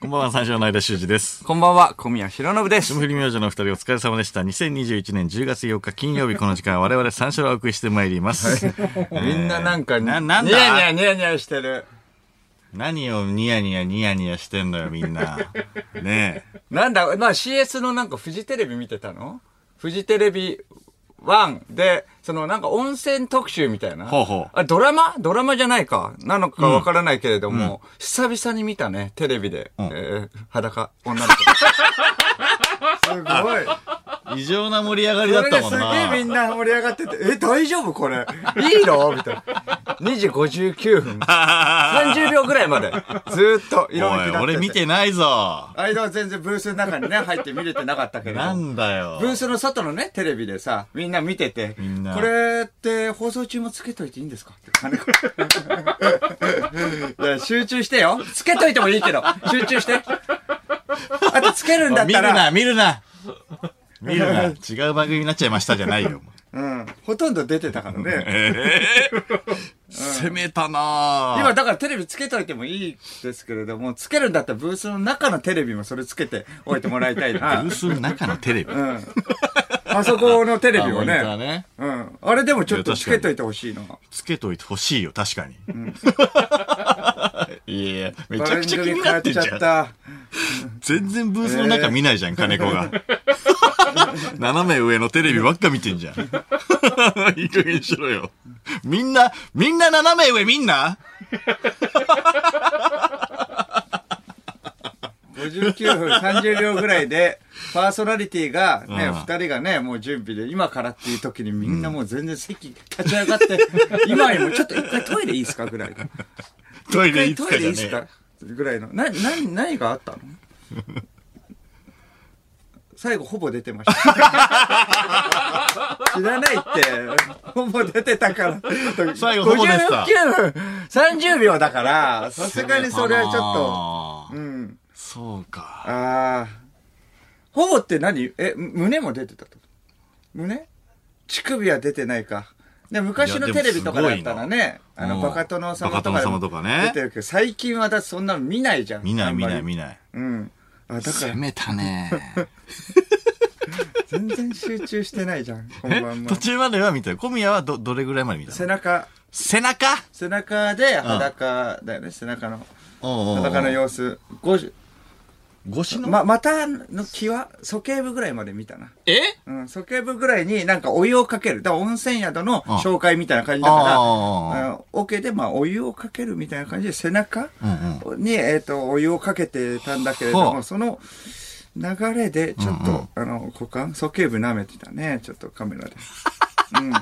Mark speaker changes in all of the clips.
Speaker 1: こんばんは、三四郎の間修二です。
Speaker 2: こんばんは、小宮浩信です
Speaker 1: 霜。降り明星のお二人お疲れ様でした。2021年10月8日金曜日この時間は我々三四郎をお送りしてまいります。
Speaker 2: みんななんか、
Speaker 1: ななんだ
Speaker 2: ニヤニヤニヤニヤしてる。
Speaker 1: 何をニヤニヤニヤニヤしてんのよ、みんな。ねえ。
Speaker 2: なんだ、まあ CS のなんかフジテレビ見てたのフジテレビ1で、そのなんか温泉特集みたいな。
Speaker 1: ほうほう
Speaker 2: あ、ドラマドラマじゃないか。なのかわからないけれども、久々に見たね、テレビで。えー裸、女の 子。すごい。
Speaker 1: 異常な盛り上がりだ
Speaker 2: そ
Speaker 1: っ
Speaker 2: れ
Speaker 1: た
Speaker 2: が
Speaker 1: も
Speaker 2: す
Speaker 1: ん
Speaker 2: げ
Speaker 1: な。
Speaker 2: えみんな盛り上がってて、え、大丈夫これ。いいのみたいな。2時59分。30秒ぐらいまで。ずーっと色
Speaker 1: お
Speaker 2: め
Speaker 1: い、
Speaker 2: きだってて。
Speaker 1: 俺見てないぞ。
Speaker 2: 間は全然ブースの中にね、入って見れてなかったけれど。
Speaker 1: なんだよ
Speaker 2: ブ。ースの外のね、テレビでさ、みんな見てて、
Speaker 1: んな
Speaker 2: これって放送中もつけといていいんですかって金子いや集中してよ。つけといてもいいけど、集中して。あとつけるんだっ
Speaker 1: 見
Speaker 2: た
Speaker 1: る
Speaker 2: ら、
Speaker 1: な、見るな。見るな。違う番組になっちゃいましたじゃないよ。
Speaker 2: うん、ほとんど出てたからね。
Speaker 1: 攻めたなぁ
Speaker 2: 今だからテレビつけといてもいいですけれども、つけるんだったらブースの中のテレビもそれつけておいてもらいたいな
Speaker 1: ブー。スの中のテレビ。
Speaker 2: うん。あそこのテレビを
Speaker 1: あモニター
Speaker 2: ね。
Speaker 1: ね
Speaker 2: うん。あれでもちょっとつけといてほしいの。
Speaker 1: つけといてほしいよ、確かに。いやいや、めちゃくちゃ気になってんじ
Speaker 2: バ
Speaker 1: ゃん
Speaker 2: ランド。リ変わっちゃった。
Speaker 1: 全然ブースの中見ないじゃん、金子が。 斜め上のテレビばっか見てんじゃん。 いい加減にしろよ。みんな、みんな斜め上みんな
Speaker 2: 59分30秒ぐら いで、パーソナリティがね、
Speaker 1: うん
Speaker 2: 2人がね、もう準備で、今からっていう時にみんなもう全然席立ち上 がって、今にもちょっと一回トイレいいですかぐらいの。
Speaker 1: トイ
Speaker 2: 一
Speaker 1: レ
Speaker 2: 回
Speaker 1: いつ
Speaker 2: ト
Speaker 1: か
Speaker 2: イ
Speaker 1: じ
Speaker 2: レ
Speaker 1: ゃね
Speaker 2: いいです
Speaker 1: え
Speaker 2: かぐらいの。な、な、何があったの 最後ほぼ出てました。 知らないって、ほぼ出てたから。
Speaker 1: 最後ほぼ出てた
Speaker 2: 59分30秒だから、さすがにそれはちょ
Speaker 1: ょっ
Speaker 2: っと、
Speaker 1: と。
Speaker 2: うん。
Speaker 1: そうか。
Speaker 2: ああ。ほぼって何え、胸も出てたと。胸乳首は出てないか。で昔の
Speaker 1: いや
Speaker 2: テ
Speaker 1: でも
Speaker 2: レビとかだったらね、
Speaker 1: ごい
Speaker 2: あ
Speaker 1: なうん
Speaker 2: の、バカ殿
Speaker 1: バカ
Speaker 2: 様とかで
Speaker 1: 殿様とかね
Speaker 2: 出てるけど、最近はだってそんなの見ないじゃん。
Speaker 1: 見ない見な
Speaker 2: あ
Speaker 1: い
Speaker 2: んまり
Speaker 1: 見ない。
Speaker 2: うん。あ、だから
Speaker 1: 攻、めた ね。
Speaker 2: 全然集中してないじゃん、こんば
Speaker 1: え
Speaker 2: んは
Speaker 1: 途。中までは見たよ。小宮はど、どれぐらいまで見た
Speaker 2: 背
Speaker 1: の
Speaker 2: 中、
Speaker 1: 背中
Speaker 2: 背中で裸だよね、背中の。裸
Speaker 1: 裸
Speaker 2: の様子。50
Speaker 1: 越しの
Speaker 2: ま、股の際、鼠径部ぐらいまで見たな。
Speaker 1: え
Speaker 2: うん、鼠径部ぐらいになんかお湯をかける。だから温泉宿の
Speaker 1: あ
Speaker 2: 紹介みたいな感じだから、
Speaker 1: ああ
Speaker 2: うん桶でまあお湯をかけるみたいな感じで背中
Speaker 1: うんうん。
Speaker 2: に、えっ、と、お湯をかけてたんだけれど
Speaker 1: は
Speaker 2: も、
Speaker 1: あ
Speaker 2: その流れでちょっと、あの、股間、鼠径部舐めてたね。ちょっとカメラ で。うん。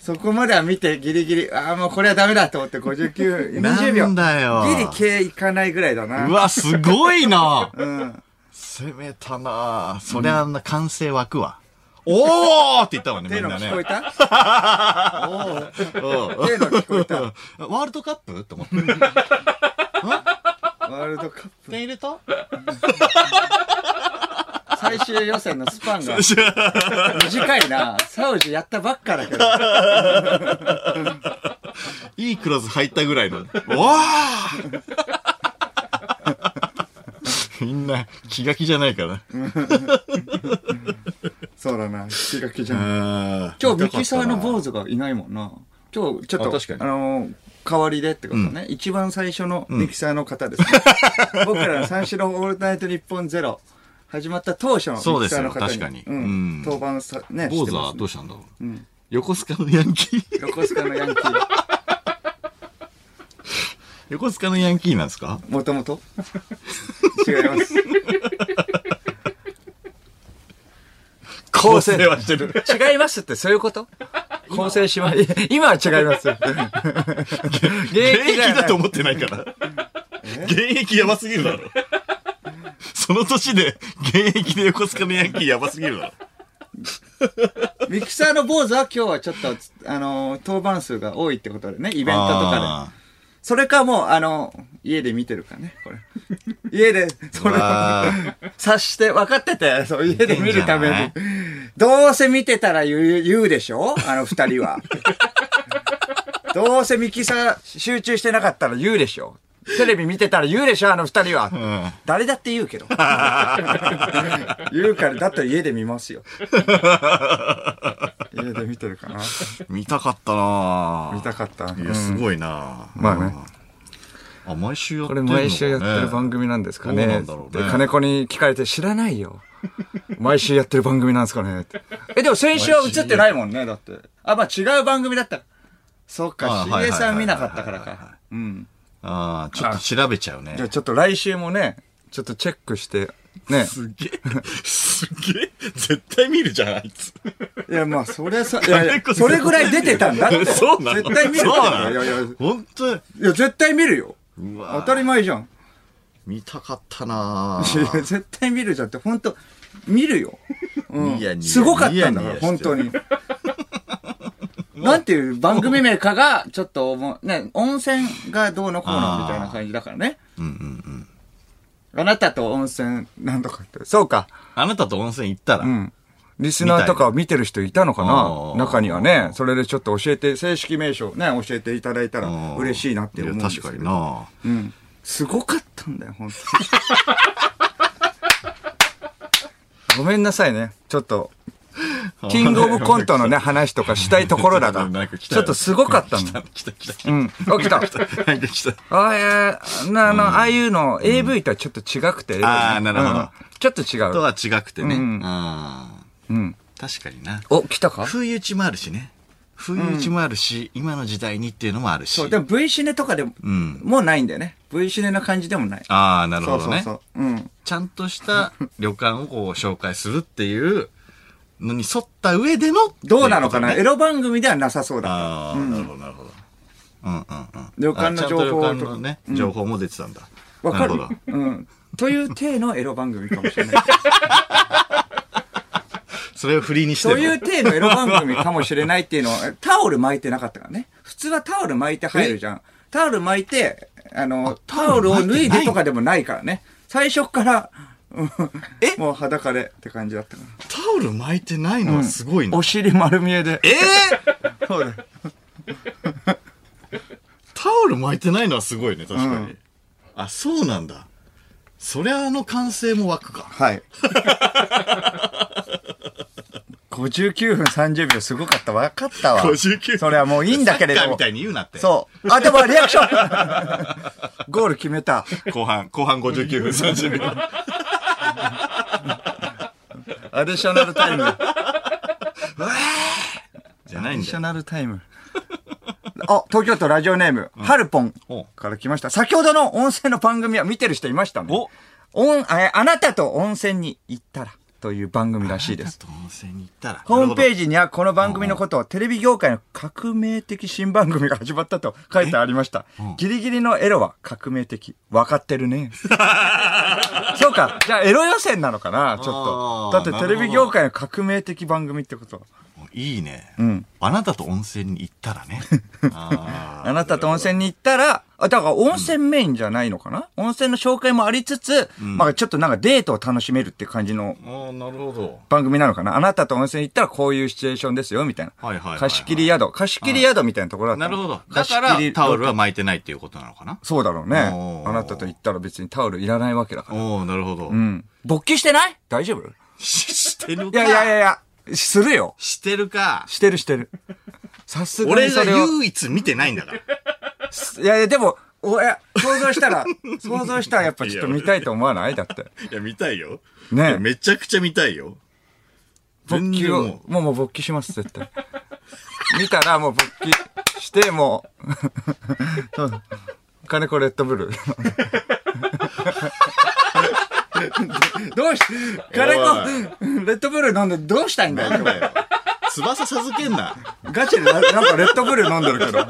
Speaker 2: そこまでは見てギリギリ、ああ、もうこれはダメだと思って59、20秒。
Speaker 1: なんだよ
Speaker 2: ギリ毛いかないぐらいだな。
Speaker 1: うわ、すごいな
Speaker 2: うん。
Speaker 1: 攻めたなぁ。そりゃあんな歓声湧くわ。おーって言ったもんね、
Speaker 2: 手
Speaker 1: みん
Speaker 2: の
Speaker 1: なね。
Speaker 2: 聞こえた、おう
Speaker 1: うん
Speaker 2: 手の聞こえた。ワ
Speaker 1: ワールドカップって思って。
Speaker 2: ールドカップ。
Speaker 1: 点入れた
Speaker 2: 最終予選のスパン が短いな。サウジやったばっかだけど。
Speaker 1: いいクロス入ったぐらいの。おーみんな気が気じゃないから。
Speaker 2: そうだな。気が気じゃん。
Speaker 1: 今
Speaker 2: 今日ミキサーの
Speaker 1: ー
Speaker 2: 坊主がいないもんな。今日ちょっ
Speaker 1: あ
Speaker 2: と、
Speaker 1: 確かに
Speaker 2: あのー、代わりでってことね。一番最初のミキサーの方 ですね。僕らの三四郎オールナイト日本ゼロ。始まった当初のミキサーの方に。
Speaker 1: そうですよ確かに
Speaker 2: う
Speaker 1: うん
Speaker 2: ん。登板さ、ね、
Speaker 1: 坊
Speaker 2: して
Speaker 1: 主
Speaker 2: ま
Speaker 1: は
Speaker 2: すね
Speaker 1: どうしたんだろう。横須賀のヤンキー
Speaker 2: 横須賀のヤンキー。
Speaker 1: 横須賀のヤンキーなんですか
Speaker 2: もとも と違います。構成
Speaker 1: はしてる。
Speaker 2: 違いますってそういうこと構成しま、いや今は違います よ。現
Speaker 1: 現役
Speaker 2: じゃない
Speaker 1: だと思ってないから。現役やばすぎるだろ。その年で、現役で横須賀のヤンキーやばすぎるだろ。
Speaker 2: ミキサーの坊主は今日はちょっと、あの、登板数が多いってことでね、イベントとかで。それかもう、あの、家で見てるからね、これ。 家で、それ
Speaker 1: うわ
Speaker 2: を
Speaker 1: ー
Speaker 2: 察して、分かってて、そう、家で見るため
Speaker 1: いいん
Speaker 2: に。どうせ見てたら言う、言うでしょあの二 人は。どうせミキサー集中してなかったら言うでしょテレビ見てたら言うでしょ、あの二人は。
Speaker 1: ん
Speaker 2: 誰だって言 うけど。言うから、だったら家で見ま すよ。家で見てるかな。
Speaker 1: 見たかったなぁ
Speaker 2: 見たかった。
Speaker 1: いや、すごいなぁ
Speaker 2: まあね。
Speaker 1: あ、毎週やっ
Speaker 2: こ
Speaker 1: て
Speaker 2: れ
Speaker 1: るのかね
Speaker 2: 毎週やってる番組なんですかね。
Speaker 1: どうなんだろうね
Speaker 2: で金子に聞かれて知らないよ。 毎週やってる番組なんですかね。え、でも先週は映ってないもんね、だって。あ、まあ違う番組だった。そう
Speaker 1: あ
Speaker 2: か、
Speaker 1: はいはいはい
Speaker 2: CA さん見なかったからか。うん。
Speaker 1: ああ、ちょっと調べちゃうね
Speaker 2: じゃ。あちょっと来週もね、ちょっとチェックして、ね。
Speaker 1: すげえ、すげえ、絶対見るじゃん、 あいつ。
Speaker 2: いや、まあ、それさ、いやい
Speaker 1: 金
Speaker 2: や、
Speaker 1: 子
Speaker 2: それぐらい出てたんだって。
Speaker 1: そうなの
Speaker 2: 絶対見るよ
Speaker 1: そうなの
Speaker 2: いやいや、い
Speaker 1: 本当に。
Speaker 2: や、絶対見るよ。
Speaker 1: うわ
Speaker 2: 当
Speaker 1: ぁ
Speaker 2: たり前じゃん。
Speaker 1: 見たかったない
Speaker 2: や
Speaker 1: ぁ
Speaker 2: 絶対見るじゃんって、本当見るよ。う
Speaker 1: ニヤニ
Speaker 2: ん。
Speaker 1: ヤ
Speaker 2: すごかったんだから、
Speaker 1: ニヤニヤ
Speaker 2: 本
Speaker 1: してる
Speaker 2: 当に。なんていう番組名かが、ちょっともう、ね、温泉がどうのこうのみたいな感じだからね。
Speaker 1: うんうんうん。
Speaker 2: あなたと温泉なんとかって。そうか。
Speaker 1: あなたと温泉行ったら、
Speaker 2: うん。リスナーとかを見てる人いたのか
Speaker 1: あ
Speaker 2: な
Speaker 1: ー
Speaker 2: 中にはね。それでちょっと教えて、正式名称ね、教えていただいた
Speaker 1: う
Speaker 2: ら
Speaker 1: ん
Speaker 2: 嬉しいなって思うんですけど。
Speaker 1: いや確かにな
Speaker 2: うん。すごかったんだよ、本当に。ごめんなさいね。ちょっと、キングオブコントのね、話とかしたいところだが、ちょっとすごかったんだ。
Speaker 1: 来た来た来た。
Speaker 2: うん。起きた。
Speaker 1: なんか来た。
Speaker 2: ああ、いやなあの、ああいうの、AV とはちょっと違くて。
Speaker 1: あーなるほど
Speaker 2: うんちょっと違
Speaker 1: と
Speaker 2: う。
Speaker 1: は違くてね。
Speaker 2: う
Speaker 1: うんん。
Speaker 2: うん。
Speaker 1: 確かにな。
Speaker 2: お、来たか
Speaker 1: 不意打ちもあるしね。不意打ちもあるし、今の時代にっていうのもあるし。
Speaker 2: そう、でも V シネとかでも、
Speaker 1: ん
Speaker 2: もうないんだよね。V シネの感じでもない。
Speaker 1: ああ、なるほどね。
Speaker 2: そうそうそう。うん。
Speaker 1: ちゃんとした旅館をこう紹介するっていうのに沿った上での。
Speaker 2: どうなのか
Speaker 1: っ
Speaker 2: な、
Speaker 1: てい
Speaker 2: エ
Speaker 1: うこ
Speaker 2: ロ番組ではなさそう
Speaker 1: とね
Speaker 2: だ。
Speaker 1: ああ、なるほど、なるほど。うんうんうん。
Speaker 2: 旅館
Speaker 1: あち
Speaker 2: の
Speaker 1: ゃん
Speaker 2: 情報
Speaker 1: と
Speaker 2: と
Speaker 1: 旅館のね、情報も出てたんだ。
Speaker 2: わか
Speaker 1: な
Speaker 2: る
Speaker 1: ほど
Speaker 2: うん。という体のエロ番組かもしれ ない。
Speaker 1: それを振りにして
Speaker 2: と
Speaker 1: る。
Speaker 2: いう体のエロ番組かもしれないっていうのは、タオル巻いてなかったからね。普通はタオル巻いて入るじゃん。タオル巻いて、あの、タ
Speaker 1: タ
Speaker 2: オ
Speaker 1: オ
Speaker 2: ル
Speaker 1: ル
Speaker 2: を
Speaker 1: 巻いて
Speaker 2: 脱
Speaker 1: ない
Speaker 2: いでとかでもないからね。最初から、
Speaker 1: え
Speaker 2: えもう裸でって感じだったか
Speaker 1: タオル巻いてないのはすごい
Speaker 2: ら。
Speaker 1: な。
Speaker 2: お尻丸見えで。
Speaker 1: えー
Speaker 2: そうだよ。
Speaker 1: タオル巻いてないのはすごいね、確かに。
Speaker 2: うん
Speaker 1: あ、そうなんだ。そりゃあの歓声も湧くか。
Speaker 2: はい。59分30秒すごかった。わかったわ。
Speaker 1: 59
Speaker 2: それはもういいんだけれ
Speaker 1: サッカーみ
Speaker 2: ども。
Speaker 1: たいに言うなって。
Speaker 2: そう。あ、でもリアクショ ンゴール決めた。
Speaker 1: う。後半、後半59分30秒。
Speaker 2: アディショナルタイム。
Speaker 1: じゃな
Speaker 2: ア
Speaker 1: い
Speaker 2: デ
Speaker 1: ん
Speaker 2: ィシ
Speaker 1: だ
Speaker 2: ョ
Speaker 1: よ。
Speaker 2: ナルタイム。あ、東京都ラジオネーム、ハルポン
Speaker 1: お
Speaker 2: から来ました。先ほどの温泉の番組は見てる人いましたね。
Speaker 1: お
Speaker 2: おんああなたと温泉に行ったらという番組らしいです。
Speaker 1: ちょっと温泉に行ったら。
Speaker 2: ホームペー
Speaker 1: ジ。
Speaker 2: ジにはこの番組のことをテレビ業界の革命的新番組が始まったと書いてありました。ギリギリのエロは革命的。わかってるね。そうか。じゃあエロ予選なのかなちょっと。
Speaker 1: あ
Speaker 2: だっ
Speaker 1: ー
Speaker 2: てテレビ業界の革命的番組ってことは。
Speaker 1: いいね。
Speaker 2: ん
Speaker 1: あなたと温泉に行ったら ね。あ
Speaker 2: あなたと温泉に行ったら、あ、だから温泉メインじゃないのかな、温泉の紹介もありつつ、まあちょっとなんかデートを楽しめるって感じの
Speaker 1: ーあー、なるほど。
Speaker 2: 番組なのかなあなたと温泉行ったらこういうシチュエーションですよ、みたいな。
Speaker 1: はいはいはいはい
Speaker 2: 貸し切り宿。貸し切り宿みたいなところだった
Speaker 1: な
Speaker 2: の
Speaker 1: るほど。だ
Speaker 2: 貸し
Speaker 1: か
Speaker 2: 切
Speaker 1: ら
Speaker 2: り、
Speaker 1: タオルは巻いてないっていうことなのかな。
Speaker 2: そうだろうね
Speaker 1: お。ー
Speaker 2: あなたと行ったら別にタオルいらないわけだから。
Speaker 1: おおなるほど。
Speaker 2: うん。勃起してない大丈夫い
Speaker 1: ししてるか。
Speaker 2: やいやいやいや、するよ。
Speaker 1: してるか。
Speaker 2: してるしてる。さすがに
Speaker 1: 俺
Speaker 2: そ
Speaker 1: が
Speaker 2: れを。
Speaker 1: 唯一見てないんだから。
Speaker 2: いやいや、でも、おいや、想像したら、想像したらやっぱちょっと見たいと思わないだって。
Speaker 1: いや、見たいよ。
Speaker 2: ねえ
Speaker 1: いやめちゃくちゃ見たいよ。
Speaker 2: 勃起
Speaker 1: 全然
Speaker 2: を
Speaker 1: も、
Speaker 2: もうもう勃起します、絶対。 見たらもう勃起して、もう そう。金子レッドブル。 どうし、金子、レッドブル飲んでどうしたいんだよ
Speaker 1: なん。だよ。翼授けんな。
Speaker 2: ガチでな、なんかレッドブル飲んでるけど。飲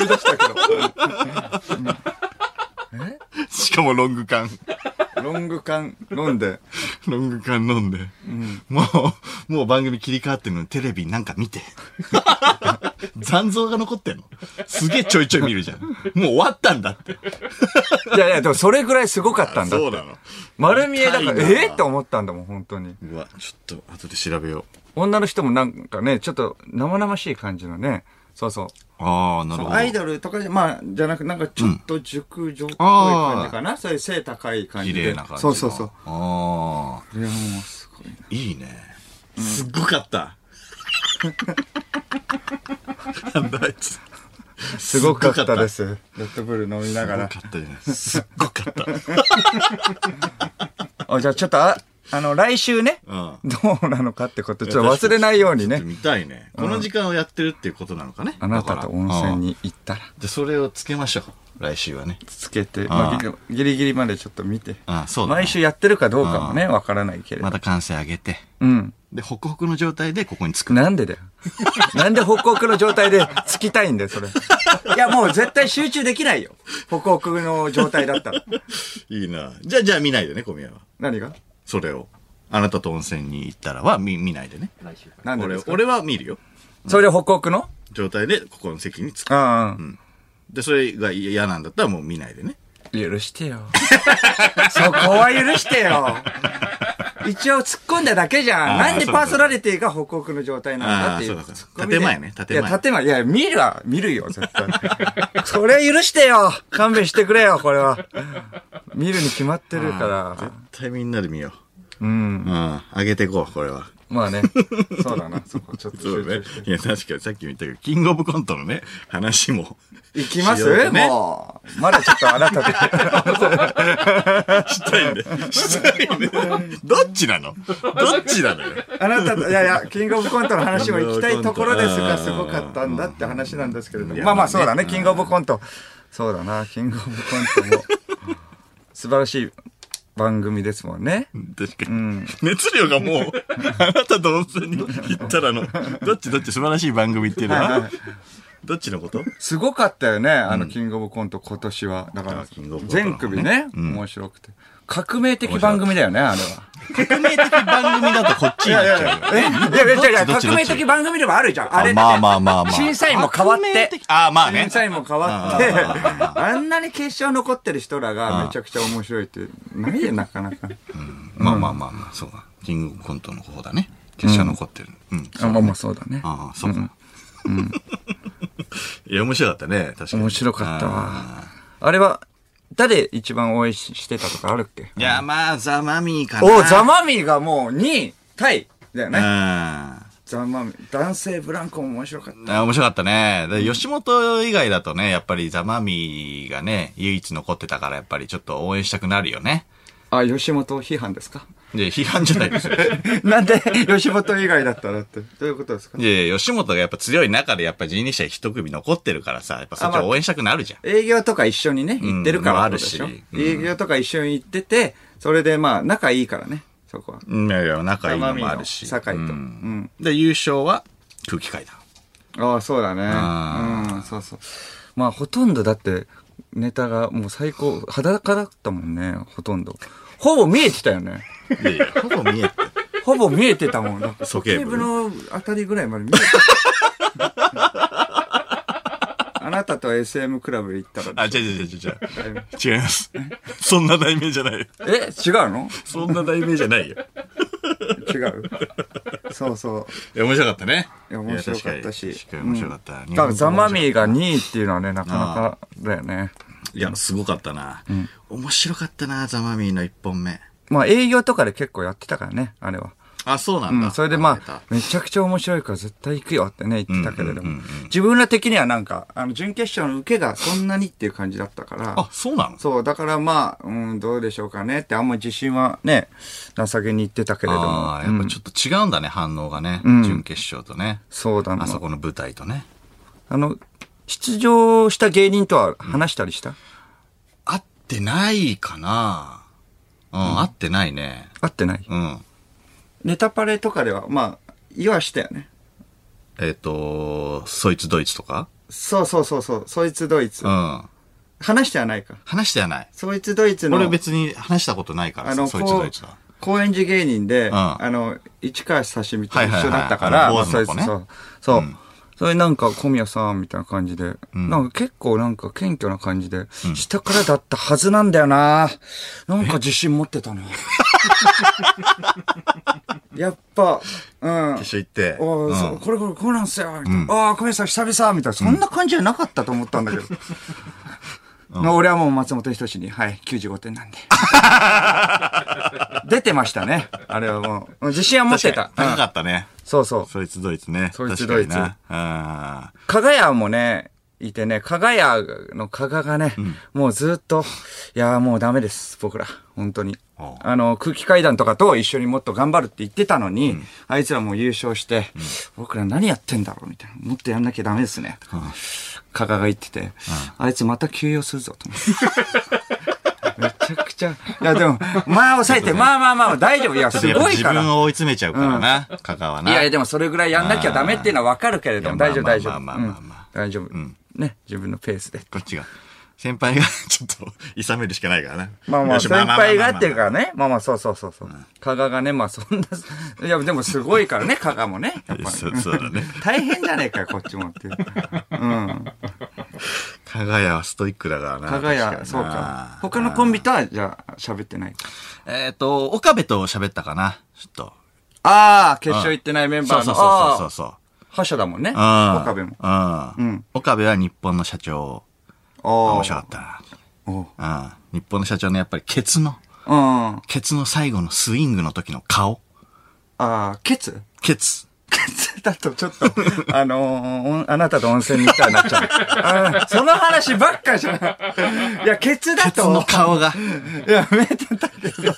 Speaker 2: み出したけ
Speaker 1: しかもロング缶。
Speaker 2: ど。 ロング缶飲んで。
Speaker 1: ロング缶飲んで。もう、もう番組切り替わってるのにテレビなんか見て。残像が残ってんの。すげえちょいちょい見るじゃん。もう終わったんだって。
Speaker 2: いやいや、でもそれぐらいすごかったんだ。
Speaker 1: そうなの。
Speaker 2: 丸見えだから、
Speaker 1: 痛いな
Speaker 2: ええって思ったんだもん、本当に。
Speaker 1: うわ、ちょっと後で調べよ
Speaker 2: 女の人もなんかね、ちょっと生々しい感じのね、そうそう。
Speaker 1: ああ、なる
Speaker 2: そう
Speaker 1: ほど。
Speaker 2: アイドルとかじゃ、まあ、じゃなく、なんかちょっと熟女っぽい
Speaker 1: あー
Speaker 2: 感じかな、そういう背高い感じ
Speaker 1: 綺
Speaker 2: で。
Speaker 1: 麗な感じ。
Speaker 2: そうそうそう。。
Speaker 1: ああ、
Speaker 2: いや、もうすごいな。
Speaker 1: いいね。すっごかった。なんだあいつ。。
Speaker 2: すごかったですす。レッドブル飲みな
Speaker 1: す
Speaker 2: が
Speaker 1: ごからっ。たじゃない。すっごかった。
Speaker 2: あ、じゃあちょっと、あ、あの、来週ね、
Speaker 1: うん。
Speaker 2: どうなのかってこと、ちょっと忘れないようにね、
Speaker 1: 見たいね。この時間をやってるっていうことなのかね。
Speaker 2: あなたと温泉
Speaker 1: に。
Speaker 2: に行ったら、
Speaker 1: で、それをつけましょう。来週はね。
Speaker 2: つけて、まあ、
Speaker 1: あ
Speaker 2: ギリギリギリまでちょっと見て、
Speaker 1: ああそうだね
Speaker 2: 毎週やってるかどうかもね、わからないけれど
Speaker 1: ま。た完成上げて。
Speaker 2: うん。
Speaker 1: で、ホクホクの状態でここにつく。
Speaker 2: なんでだよ。 なんでホクホクの状態でつきたいんだよ、それ。いや、もう絶対集中できないよ。ホクホクの状態だったら。
Speaker 1: いいな。じゃあ、じゃあ見ないでね、小宮は。
Speaker 2: 何が
Speaker 1: それを。あなたと温泉に行ったらは見見ないでね。
Speaker 2: なんで
Speaker 1: 俺
Speaker 2: ですか
Speaker 1: 俺は見るよ。
Speaker 2: それホクホクの
Speaker 1: 状態でここの席につく。
Speaker 2: ああ、
Speaker 1: で、それが嫌なんだったらもう見ないでね。
Speaker 2: 許してよ。 そこは許してよ。一応突っ込んだだけじゃん。
Speaker 1: ああ
Speaker 2: なんで
Speaker 1: そうだ
Speaker 2: パーソナリティがホクホクの状態なんだってい
Speaker 1: ああそ
Speaker 2: う
Speaker 1: うだそうだ
Speaker 2: 突っ込みで。
Speaker 1: 建前ね建前
Speaker 2: いや、建前。いや、見るわ。見るよ、絶対。それ許してよ。勘弁してくれよ、これは。見るに決まってるから
Speaker 1: 絶。対みんなで見よ
Speaker 2: うん。
Speaker 1: う。うん。上げていこう、これは。
Speaker 2: まあね。そうだな、そこちょっと
Speaker 1: そう
Speaker 2: 集
Speaker 1: ね
Speaker 2: 中し。て。
Speaker 1: いや、確かにさっきも言ったけど、キングオブコントのね、話 も
Speaker 2: 行きま
Speaker 1: しよう
Speaker 2: す
Speaker 1: とね
Speaker 2: もう。まだちょっとあな たで。
Speaker 1: したいんで。したいんで。どっちなのどっちなのよ。
Speaker 2: あなたと、いやいや、キングオブコントの話も行きたいところですが、すごかったんだって話なんですけれど
Speaker 1: い
Speaker 2: も。
Speaker 1: や
Speaker 2: まあまあ、そうだ
Speaker 1: まあ
Speaker 2: ね、
Speaker 1: ね
Speaker 2: キングオブコント。そうだな、キングオブコ ントも。素晴らしい番組ですもんね。
Speaker 1: 確かに。熱量がもう、あなたと温泉に行ったらの、どっちどっち素晴らしい番組っていうの
Speaker 2: はいは、
Speaker 1: はいどっちのこと
Speaker 2: すごかったよね、あの、キングオブコント今年は。だか
Speaker 1: あ
Speaker 2: ら
Speaker 1: キングオブコ、ントの方ね
Speaker 2: 全組ね、
Speaker 1: うん
Speaker 2: 面白くて。革命的番組だよね、あれは。
Speaker 1: 革命的番組だとこっちに行っちゃうよ。
Speaker 2: えいやいやいやいや
Speaker 1: どっちど
Speaker 2: 革
Speaker 1: っち
Speaker 2: 命的番組でもあるじゃん。あれだ
Speaker 1: ま
Speaker 2: っ
Speaker 1: あ
Speaker 2: て
Speaker 1: まあまあまあ。
Speaker 2: 審査員も変わって。
Speaker 1: ああ、まあね
Speaker 2: 審。査員も変わって、
Speaker 1: あ
Speaker 2: あんなに決勝残ってる人らがめちゃくちゃ面白いって、ないよ、なかなか。
Speaker 1: まあまあまあまあ、そうだ。キングオブコントの方だね。決勝残ってる。うん。
Speaker 2: あまあまあそうだね。
Speaker 1: ああ、そうだ。 いや、面白かったね。確かに。
Speaker 2: 面白かったわ
Speaker 1: あ
Speaker 2: あれは、誰一番応援してたとかあるっけ
Speaker 1: ーいや、まあ、ザ・マミィかな。
Speaker 2: おザ・マミィがもう2位タイだよね。
Speaker 1: マ
Speaker 2: ザ・マミィ。男性ブランコも面白かった。
Speaker 1: うん。あ面白かったね。で吉本以外だとね、やっぱりザ・マミィがね、唯一残ってたから、やっぱりちょっと応援したくなるよね。
Speaker 2: あ、吉本批判ですか
Speaker 1: で、批判じゃないですよ。
Speaker 2: なんで吉本以外だったらって。どういうことですか
Speaker 1: で、吉本がやっぱ強い中で、やっぱ人力車一組残ってるからさ、やっぱそっちを応援したくなるじゃん。
Speaker 2: 営業とか一緒にね、行ってるから
Speaker 1: うん
Speaker 2: ってことでしょ
Speaker 1: まああるしうん
Speaker 2: 営業とか一緒に行ってて、それでまあ仲いいからね、そこは。
Speaker 1: うんいやいや、仲いいのもあるし。
Speaker 2: 酒井と。う
Speaker 1: うん
Speaker 2: ん。
Speaker 1: で、優勝は空気階段。
Speaker 2: ああ、そうだ
Speaker 1: あ
Speaker 2: ね。うん、そうそう。まあ、ほとんどだって、ネタがもう最高、裸だったもんね、ほとんど。ほぼ見えてたよね。
Speaker 1: いやいや、ほぼ見えて。
Speaker 2: ほぼ見えてたもん。なん か
Speaker 1: 鼠径部
Speaker 2: 部のあたりぐらいまで見えてた。 あなたと SM クラブ行ったら。
Speaker 1: あ、違う違う違う違う。違います。そんな題名じゃない。
Speaker 2: え違うの
Speaker 1: そんな題名じゃないよ。
Speaker 2: 違う。そうそ
Speaker 1: い
Speaker 2: う。
Speaker 1: や、面白かったね。
Speaker 2: いや面白かったし
Speaker 1: いや確かに確かに面白かった。
Speaker 2: だからザ・マ
Speaker 1: ミ
Speaker 2: ミィが2位っていうのはね、なかなかだよね。
Speaker 1: いや、すごかったな。面白かったな、ザ・マミィの一本目。
Speaker 2: まあ営業とかで結構やってたからね、あれは。
Speaker 1: あ、そうな
Speaker 2: うん
Speaker 1: だ。
Speaker 2: ん、それでま
Speaker 1: あ
Speaker 2: あ、めちゃくちゃ面白いから絶対行くよってね、言ってたけれど
Speaker 1: うんう
Speaker 2: も
Speaker 1: ん。
Speaker 2: 自分ら的にはなんか、あの、準決勝の受けがそんなにっていう感じだったから
Speaker 1: あ、、そうなの
Speaker 2: そう、だからまあ、うん、どうでしょうかねって、あんま自信はね、情けに言ってたけれども
Speaker 1: ああ、。やっぱちょっと違うんだね、反応がね。
Speaker 2: ん
Speaker 1: 準決勝とね。
Speaker 2: そうだな
Speaker 1: あ。そこの舞台とね。
Speaker 2: あの、出場した芸人とは話したりした
Speaker 1: 合ってないかな。うん、合ってないね。
Speaker 2: 会ってない
Speaker 1: うん。
Speaker 2: ネタパレとかでは、まあ、言わしたよね。
Speaker 1: えっと、そいつドイツとか
Speaker 2: そうそうそうそう、そいつドイツ
Speaker 1: う。ん。
Speaker 2: 話してはないか。
Speaker 1: 話してはない。
Speaker 2: そいつドイツの。
Speaker 1: 俺別に話したことないから
Speaker 2: あ
Speaker 1: さ、
Speaker 2: の、
Speaker 1: そいつド
Speaker 2: こ
Speaker 1: イツは。
Speaker 2: う、高円寺芸人で、
Speaker 1: ん
Speaker 2: あの、市川刺身と一緒だったか
Speaker 1: はいは
Speaker 2: ら、
Speaker 1: いはい
Speaker 2: まあ
Speaker 1: 坊主の子ね
Speaker 2: そうそうそう。それなんか、小宮さんみたいな感じで、なんか結構なんか謙虚な感じで、下からだったはず なんだよななんか自信持ってたな。やっぱ、うん。
Speaker 1: 決勝行って。
Speaker 2: おー
Speaker 1: うん
Speaker 2: そうこれこれこうなんすよ、みたいなああ、小林さん久々みたいな、そんな感じじゃなかったと思った んだけど。まあ俺はもう松本人志に、はい、95 点なんで。出てましたね。あれはもう。自信は持って
Speaker 1: 確
Speaker 2: た
Speaker 1: か。に
Speaker 2: う
Speaker 1: 高
Speaker 2: ん
Speaker 1: かったね。
Speaker 2: そうそう。
Speaker 1: そいつドイツね。
Speaker 2: そいつ
Speaker 1: 確かに
Speaker 2: ドイツ
Speaker 1: なあー
Speaker 2: 加賀屋もね、いてね、加賀屋の加賀がね、もうずっと、いやーもうダメです、僕ら。本当に
Speaker 1: おう。
Speaker 2: あの、空気階段とかと一緒にもっと頑張るって言ってたのに、あいつらもう優勝して、僕ら何やってんだろうみたいな。もっとやんなきゃダメですね。加賀が言ってて、あいつまた休養するぞ、と思って。 めちゃくちゃ。いや、でも、まあ抑えて、まあまあまあ、大丈夫。いや、
Speaker 1: ちょっと
Speaker 2: す
Speaker 1: やっぱ
Speaker 2: ごい
Speaker 1: 自
Speaker 2: から。
Speaker 1: 分を追い詰めちゃうからな、カカはいな。
Speaker 2: やいや、でもそれぐらいやんなきゃダメっていうのはわかるけれども、
Speaker 1: あー
Speaker 2: 大丈夫、大丈夫。
Speaker 1: まあまあまあまあまあ
Speaker 2: うん大丈夫。ね、自分のペースで。
Speaker 1: こっちが。先輩が ちょっと、いさめるしかないからな。
Speaker 2: まあま
Speaker 1: よ
Speaker 2: あ、
Speaker 1: し
Speaker 2: 先輩が
Speaker 1: まあまあまあまあ
Speaker 2: っていうからね。まあまあ、そうそうそうそう。加賀がね、まあそんな、い や、でもすごいからね、加賀もね。やっぱ
Speaker 1: そうそうだね。
Speaker 2: 大変じゃねえかよ、こっちもっていう。 うん。
Speaker 1: 加賀谷はストイックだから な。
Speaker 2: 加賀
Speaker 1: 確
Speaker 2: や、
Speaker 1: に
Speaker 2: そう
Speaker 1: な
Speaker 2: か。他のコンビとは、じゃあ、喋ってない。
Speaker 1: えっ、と、岡部と喋ったかな。ちょっと。
Speaker 2: ああ、決勝行ってないメン
Speaker 1: そ
Speaker 2: バ
Speaker 1: う
Speaker 2: ー
Speaker 1: そう
Speaker 2: の。
Speaker 1: そうそう
Speaker 2: あー
Speaker 1: そう。
Speaker 2: 覇者だもんね。
Speaker 1: うん
Speaker 2: 岡部も。
Speaker 1: うん。岡部は日本の社長。
Speaker 2: ああ。
Speaker 1: 面白かった
Speaker 2: おう
Speaker 1: な。うん。日本の社長のやっぱりケツの、
Speaker 2: うん。あ
Speaker 1: ケツの最後のスイングの時の顔。
Speaker 2: あ、ケツ
Speaker 1: ケツ。
Speaker 2: ケツ だとちょっと、あのーおあなたと温泉みたいになっちゃう。あーその話ばっかじゃない。いや、ケツだ
Speaker 1: ケツの
Speaker 2: と、
Speaker 1: 顔が。
Speaker 2: いや、めてたけど、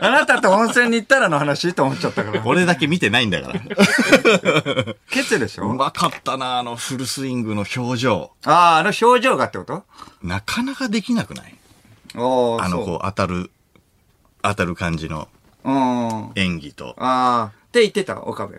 Speaker 2: あなたと温泉に行ったらの話と思っちゃったから。
Speaker 1: 俺だけ見てないんだから。
Speaker 2: ケツでしょ、
Speaker 1: うまかったな、あのフルスイングの表情。
Speaker 2: ああ、あの表情がってこと
Speaker 1: なかなかできなくない
Speaker 2: おー
Speaker 1: あの、
Speaker 2: そう
Speaker 1: こう、当たる、当たる感じの
Speaker 2: うん。あ
Speaker 1: 演技と。
Speaker 2: あ、って言ってた、岡部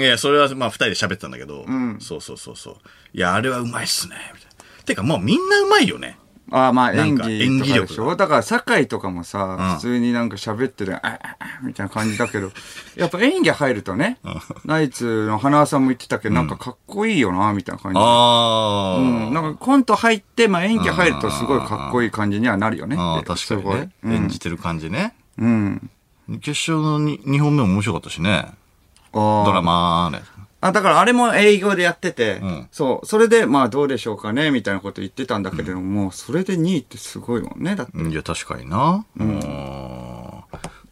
Speaker 1: いや、それは、まあ、二人で喋ってたんだけど、
Speaker 2: ん
Speaker 1: そうそうそうそう。いや、あれはうまいっすね、みたいな。てか、もうみんなうまいよね。
Speaker 2: ああ、まあ
Speaker 1: なん
Speaker 2: 演
Speaker 1: か
Speaker 2: 技とかで
Speaker 1: 演技
Speaker 2: し
Speaker 1: 力
Speaker 2: ょだから、酒井とかも
Speaker 1: うん
Speaker 2: さ、普通になんか喋ってて、ああああみたいな感じだ けど、やっぱ演技入るとね、ナイツの花輪さんも言ってたけど、なんかかっこいいよな、みたいな感じ。
Speaker 1: ああ、
Speaker 2: うん、なんかコント入って、まあ演技入るとすごいかっこいい感じにはなるよね。
Speaker 1: ああ、
Speaker 2: で
Speaker 1: 確かに
Speaker 2: すごい
Speaker 1: ね、演じてる感じね。
Speaker 2: うん。
Speaker 1: 決勝の2本目も面白かったしね。
Speaker 2: ド
Speaker 1: ドラマね。
Speaker 2: あ、だからあれも営業でやってて、
Speaker 1: ん
Speaker 2: そう、それでまあどうでしょうかね、みたいなこと言ってたんだけれども、それで2位ってすごいもんね、だって。
Speaker 1: うんいや、確かにな。うん。だか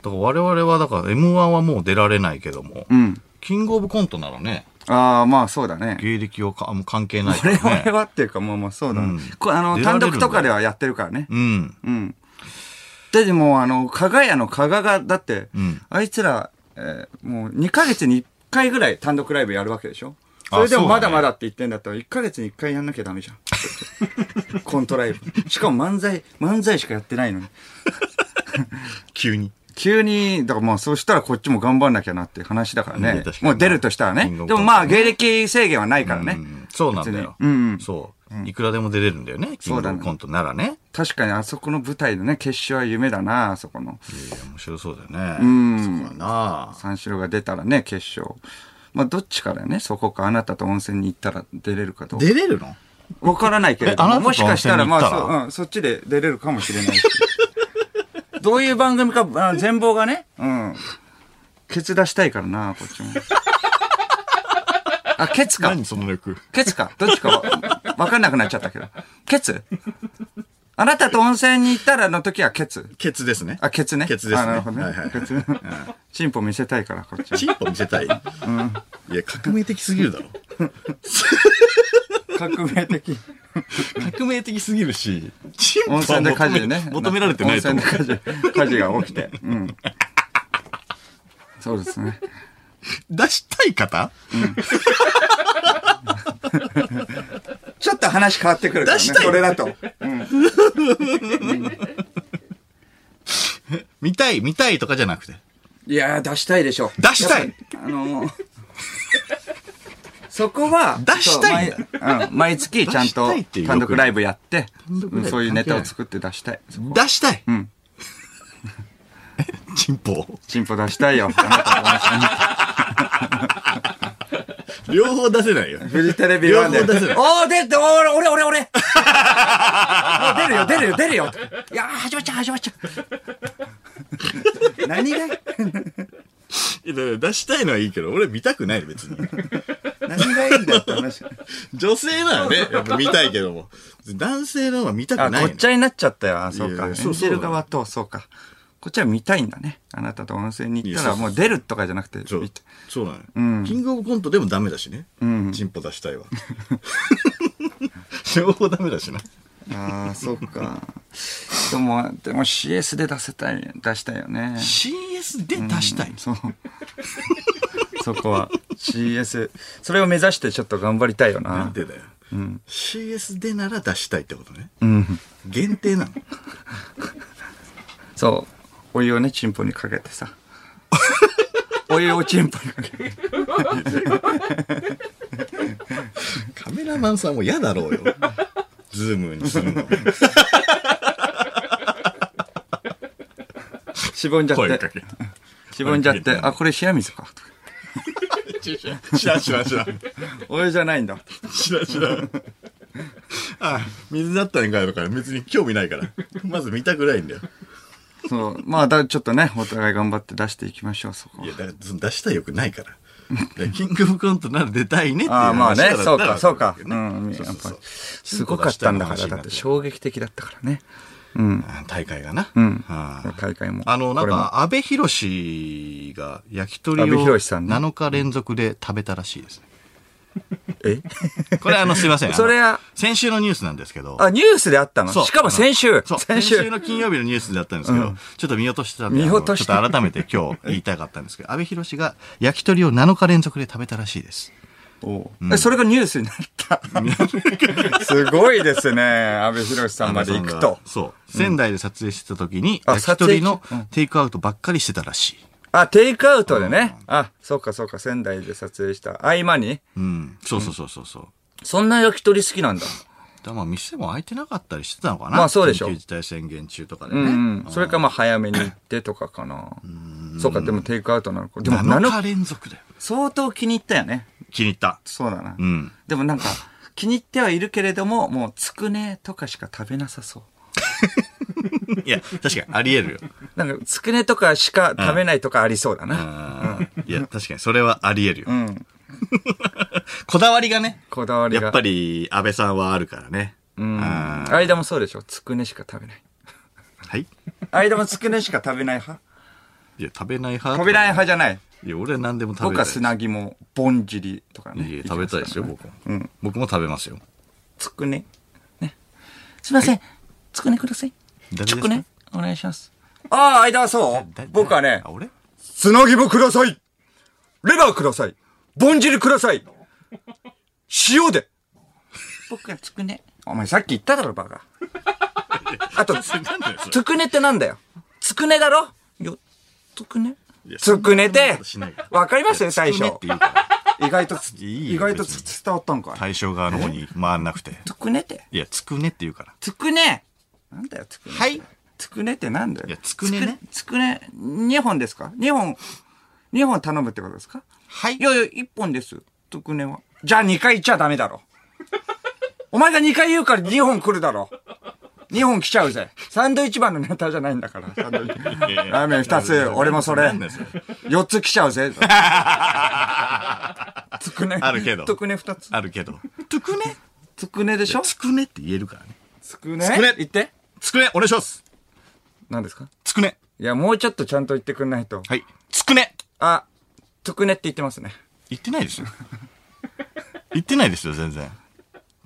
Speaker 1: ら我々は、だから M1 はもう出られないけども、
Speaker 2: うん。
Speaker 1: キングオブコントならね、
Speaker 2: ああ、まあそうだね。
Speaker 1: 芸歴はかもう関係ないから
Speaker 2: 我
Speaker 1: ね。
Speaker 2: 々はっていうか、まあまあそうだね。
Speaker 1: うん
Speaker 2: こあの、
Speaker 1: 出られる
Speaker 2: 単
Speaker 1: んだよ
Speaker 2: 独とかではやってるからね。
Speaker 1: うん。
Speaker 2: うん。で、でも、あの、加賀屋の加賀が、だって、
Speaker 1: うん
Speaker 2: あいつら、えーもう2ヶ月に1回ぐらい単独ライブやるわけでしょそれで
Speaker 1: あそ
Speaker 2: も
Speaker 1: うだね
Speaker 2: まだまだって言ってんだったら、1ヶ月に1回やんなきゃダメじゃ ん。コントライブ。しかも漫才、漫才しかやってないのに。
Speaker 1: 急に。
Speaker 2: 急に、だからまあそうしたらこっちも頑張んなきゃなって話だから
Speaker 1: い
Speaker 2: ね
Speaker 1: や確。かに
Speaker 2: もう出るとしたら
Speaker 1: キン
Speaker 2: ね。
Speaker 1: グオブ
Speaker 2: でもまあ芸歴制限はないから
Speaker 1: う
Speaker 2: ね。
Speaker 1: んそうなんだよ。
Speaker 2: 別にうん
Speaker 1: そう。いくらでも出れるんだよね。キングオブコントならね。
Speaker 2: 確かにあそこの舞台のね、決勝は夢だな、あそこの。
Speaker 1: いやいや、面白そうだよね。
Speaker 2: ん
Speaker 1: そうだな。
Speaker 2: 三四郎が出たらね、決勝。まあどっちからね、そこかあなたと温泉に行ったら出れるかどうか。
Speaker 1: 出れるの
Speaker 2: わからないけれど
Speaker 1: えあなた
Speaker 2: も、
Speaker 1: と
Speaker 2: もしかしたらまあ
Speaker 1: 温泉に行った
Speaker 2: そ,、うん、そっちで出れるかもしれないし。 どういう番組か、あ全貌がね、うん。ケツ出したいからな、こっちも。あ、ケツか。
Speaker 1: その力。
Speaker 2: ケツかどっちかわわかんなくなっちゃったけど。ケツあなたと温泉に行ったらの時はケツ。
Speaker 1: ケツですね。
Speaker 2: あ、ケツね。
Speaker 1: ケツですね
Speaker 2: あ、なるほどね。
Speaker 1: はいはい
Speaker 2: ケツ。チンポ見せたいから、こっちは。
Speaker 1: チンポ見せたい。いや、革命的すぎるだろ。
Speaker 2: 革命的。
Speaker 1: 革命的すぎるし、チンポ
Speaker 2: 温
Speaker 1: は
Speaker 2: 泉で火事ね。
Speaker 1: 求め求められてないと思う。
Speaker 2: 温泉で火事、火事が起きて。うん。そうですね。
Speaker 1: 出したい方
Speaker 2: ちょっと話変わってくるからね。
Speaker 1: 出したい
Speaker 2: これだと。
Speaker 1: 見たい、見たいとかじゃなくて。
Speaker 2: いやー、出したいでしょ。
Speaker 1: 出したい
Speaker 2: やっぱあのーそこは、
Speaker 1: 出したいんだ
Speaker 2: そう毎うん毎月ちゃん
Speaker 1: 出し
Speaker 2: と
Speaker 1: たいっていう
Speaker 2: 単独ライブやって、
Speaker 1: 単独ライブ
Speaker 2: そういうネタを作って出したい。そこ
Speaker 1: 出したい
Speaker 2: うん。
Speaker 1: チンポ。
Speaker 2: チンポ出したいよ。
Speaker 1: 両方出せないよ。
Speaker 2: フジテレビワンで。お
Speaker 1: 両方出せる
Speaker 2: ー、出て、おー俺、俺、俺、俺。もう出るよ、出るよ、出るよ。いやー、始まっちゃう、始まっちゃう。何が
Speaker 1: いやだから出したいのはいいけど、俺見たくない別に。
Speaker 2: 何がいいんだって話。
Speaker 1: 女性ならね、やっぱ見たいけども。男性の方が見たく
Speaker 2: あ、
Speaker 1: ない
Speaker 2: ご
Speaker 1: の。
Speaker 2: っちゃになっちゃったよ。あ、そう
Speaker 1: いや
Speaker 2: か。
Speaker 1: いや
Speaker 2: 演
Speaker 1: そう
Speaker 2: じる側と、そうか。こっちは見たいんだね。あなたと温泉に行った
Speaker 1: いやそう
Speaker 2: ら、
Speaker 1: そ
Speaker 2: も
Speaker 1: う
Speaker 2: う出るとかじゃなくて、
Speaker 1: そう
Speaker 2: 見た
Speaker 1: そうなのよ、
Speaker 2: うん
Speaker 1: キングオブコントでもダメだしね。
Speaker 2: うん
Speaker 1: チンポ出したいわ。 両方ダメだしな。
Speaker 2: ああ、そうか。でも、でも CS で出せたい、出したいよね。
Speaker 1: CS で出したい。
Speaker 2: そう。 そこは CS。それを目指してちょっと頑張りたいよ
Speaker 1: なん
Speaker 2: な。
Speaker 1: でだよ。CS でなら出したいってことね。
Speaker 2: うん。
Speaker 1: 限定なの。
Speaker 2: そう。お湯をね、チンポにかけ てさ。お湯をチンポにかけて。
Speaker 1: カメラマンさんも嫌だろうよ。 ズームにするの。
Speaker 2: しぼんじゃ
Speaker 1: 声
Speaker 2: っ
Speaker 1: かけ
Speaker 2: て。
Speaker 1: て。
Speaker 2: しぼんじゃって。あ、これ冷や水か。と か
Speaker 1: 知らん知らん知らん。
Speaker 2: お湯じゃないんだ。
Speaker 1: 知らん知らん。あ、水だったんかよとか別に興味ないから。まず見たくないんだよ。
Speaker 2: そう。まあ、だ、ちょっとね、お互い頑張って出していきましょう、そこ
Speaker 1: い
Speaker 2: は
Speaker 1: や、。だからその出したいよくないから。だからキングオブコントなら出たいねっていう
Speaker 2: ああ、まあ
Speaker 1: 話だった
Speaker 2: ね、
Speaker 1: ら
Speaker 2: そうか、そうか。
Speaker 1: 出
Speaker 2: う
Speaker 1: たわけ
Speaker 2: ん、
Speaker 1: ね
Speaker 2: や
Speaker 1: そうそ
Speaker 2: っ
Speaker 1: う
Speaker 2: ぱ
Speaker 1: そ
Speaker 2: り
Speaker 1: う、
Speaker 2: すごかったんだから、だって衝撃的だったからね。うん。
Speaker 1: あー大会がな。
Speaker 2: うん
Speaker 1: あー
Speaker 2: 大会も。
Speaker 1: あの、なん
Speaker 2: これも
Speaker 1: か、安倍博士が焼き鳥を
Speaker 2: 安倍博士さんね
Speaker 1: 7日連続で食べたらしいですね。
Speaker 2: え
Speaker 1: これあの、すいません。あの
Speaker 2: それは
Speaker 1: 先週のニュースなんですけど。
Speaker 2: あ、ニュースであったの
Speaker 1: そう
Speaker 2: しかも先週
Speaker 1: そう
Speaker 2: 先
Speaker 1: 先週
Speaker 2: 週
Speaker 1: の金曜日のニュースだったんですけど、ちょっと見落としてたんで、
Speaker 2: 見落として
Speaker 1: あのちょっと改めて今日言いたかったんですけど、安倍博士が焼き鳥を7日連続で食べたらしいです。
Speaker 2: え、それがニュースになった。 すごいですね。安倍博さんまで行く
Speaker 1: 安倍さん
Speaker 2: と
Speaker 1: が。そう。仙台で撮影してた時に、
Speaker 2: あ
Speaker 1: 焼き鳥の
Speaker 2: 撮影
Speaker 1: テイクアウトばっかりしてたらしい。
Speaker 2: あ、テイクアウトでね。あ、そうかそうか、仙台で撮影した合間に。
Speaker 1: うん。そうそうそうそうそう。
Speaker 2: そんな焼き鳥好きなんだ。
Speaker 1: だからまあ店も開いてなかったりしてたのかな
Speaker 2: まあそうでしょ
Speaker 1: 緊急事態宣言中とかで
Speaker 2: う
Speaker 1: ね。
Speaker 2: ん、うん。それかまあ早めに行ってとかかな。そうか、でもテイクアウトなのか。でも
Speaker 1: 7
Speaker 2: 7、
Speaker 1: 日連続だよ。
Speaker 2: 相当気に入ったよね。
Speaker 1: 気に入った。
Speaker 2: そうだな。
Speaker 1: うん。
Speaker 2: でもなんか、気に入ってはいるけれども、もうつくねとかしか食べなさそう。
Speaker 1: いや、確かにあり得るよ。
Speaker 2: なんか、つくねとかしか食べないとかありそうだな。
Speaker 1: うんいや、確かにそれはあり得るよ。
Speaker 2: うん。
Speaker 1: こだわりがね。
Speaker 2: こだわりが。
Speaker 1: やっぱり安倍さんはあるからね。
Speaker 2: うん。
Speaker 1: あー
Speaker 2: 間もそうでしょつくねしか食べない。
Speaker 1: はい。
Speaker 2: 間もつくねしか食べない派
Speaker 1: いや、食べない派。
Speaker 2: 食べない派じゃない。
Speaker 1: いや、俺は何でも食べ
Speaker 2: 僕
Speaker 1: たい
Speaker 2: は
Speaker 1: です。
Speaker 2: 砂肝、ぼんじりとかね。
Speaker 1: いや、食べたいですよ、
Speaker 2: きます
Speaker 1: 僕
Speaker 2: か
Speaker 1: も。
Speaker 2: らね。うん。
Speaker 1: 僕も食べますよ。
Speaker 2: つくね。ね。すいません。つくねください。
Speaker 1: 誰です
Speaker 2: つ
Speaker 1: か
Speaker 2: くね。お願いします。ああ、間はそ
Speaker 1: だ
Speaker 2: う僕はね
Speaker 1: あ、、俺
Speaker 2: 砂肝くださいレバーくださいぼんじりください塩で僕はつくね。お前さっき言っただろ、バ カ。あと、
Speaker 1: なんだよ、それ
Speaker 2: つくねってなんだよ。つくねだろよ、つくね
Speaker 1: いや
Speaker 2: つくねって
Speaker 1: そんなことしないから、
Speaker 2: わかりましたよ、
Speaker 1: つくね
Speaker 2: 最
Speaker 1: っ
Speaker 2: 初。
Speaker 1: て言うから
Speaker 2: 意外とつ、
Speaker 1: いいよ
Speaker 2: 意外と
Speaker 1: 別
Speaker 2: つ伝わったんかい。
Speaker 1: 対象側の方に回んなくて。
Speaker 2: つくねって。
Speaker 1: いや、つくねって言うから。
Speaker 2: つくねなんだよ、つくね。
Speaker 1: はい。
Speaker 2: つくねってなんだよ。
Speaker 1: いやつくねね
Speaker 2: つく。つくね、2本ですか ?2 本、2本頼むってことですか
Speaker 1: はい
Speaker 2: いやいや、1本です。つくねは。じゃあ2回言っちゃダメだろ。お前が2回言うから2本来るだろ。2本来ちゃうぜ。サンドイッチマンのネタじゃないんだから。サンドイッチマン
Speaker 1: いやいや
Speaker 2: ラーメン2つ、俺もそれ。
Speaker 1: なんだよそれ
Speaker 2: 4つ来ちゃうぜ。つくね。
Speaker 1: あるけど
Speaker 2: つくね2つ。
Speaker 1: あるけど。つくね
Speaker 2: つくねでしょ
Speaker 1: つくねって言えるからね。
Speaker 2: つくね
Speaker 1: つくね
Speaker 2: 言って。
Speaker 1: つくねお願いします
Speaker 2: 何ですか
Speaker 1: つくね
Speaker 2: いや、もうちょっとちゃんと言ってくんないと。
Speaker 1: はい。つくね
Speaker 2: あ、つくねって言ってますね。
Speaker 1: 言ってないですよ。言ってないですよ、全然。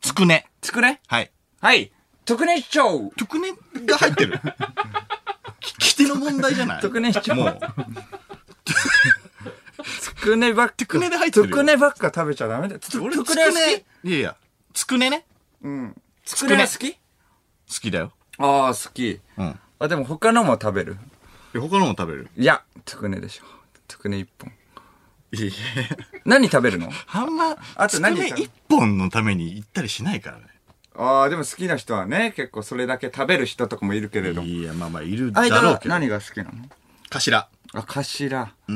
Speaker 1: つくね。
Speaker 2: つくね
Speaker 1: はい。
Speaker 2: はい。つくね市長
Speaker 1: つくねが入ってる。き聞き手の問題じゃない
Speaker 2: つくね市長
Speaker 1: もう。
Speaker 2: つくねばっか。つ
Speaker 1: くねで入ってるよ
Speaker 2: つくねばっか食べちゃダメだよ。つつくね
Speaker 1: 俺、
Speaker 2: 好
Speaker 1: つ
Speaker 2: き
Speaker 1: くね。いやいや。つくねね。
Speaker 2: うん。つ
Speaker 1: く
Speaker 2: く
Speaker 1: ね
Speaker 2: ねは好き
Speaker 1: 好きだよ。
Speaker 2: ああ、好き。
Speaker 1: うん。いや
Speaker 2: あ、でも他のも食べる。
Speaker 1: 他のも食べる。
Speaker 2: いや、つくねでしょ。つくね一本。
Speaker 1: いやいや
Speaker 2: 何食べるの
Speaker 1: あんま、
Speaker 2: あ
Speaker 1: つ
Speaker 2: と
Speaker 1: く
Speaker 2: 何
Speaker 1: ね一本のために行ったりしないからね。
Speaker 2: ああ、でも好きな人はね、結構それだけ食べる人とかもいるけれど。
Speaker 1: いや、まあまあ、いるだ
Speaker 2: 間
Speaker 1: ろう
Speaker 2: は
Speaker 1: けど。
Speaker 2: 何が好きなの
Speaker 1: 頭。
Speaker 2: あ、頭。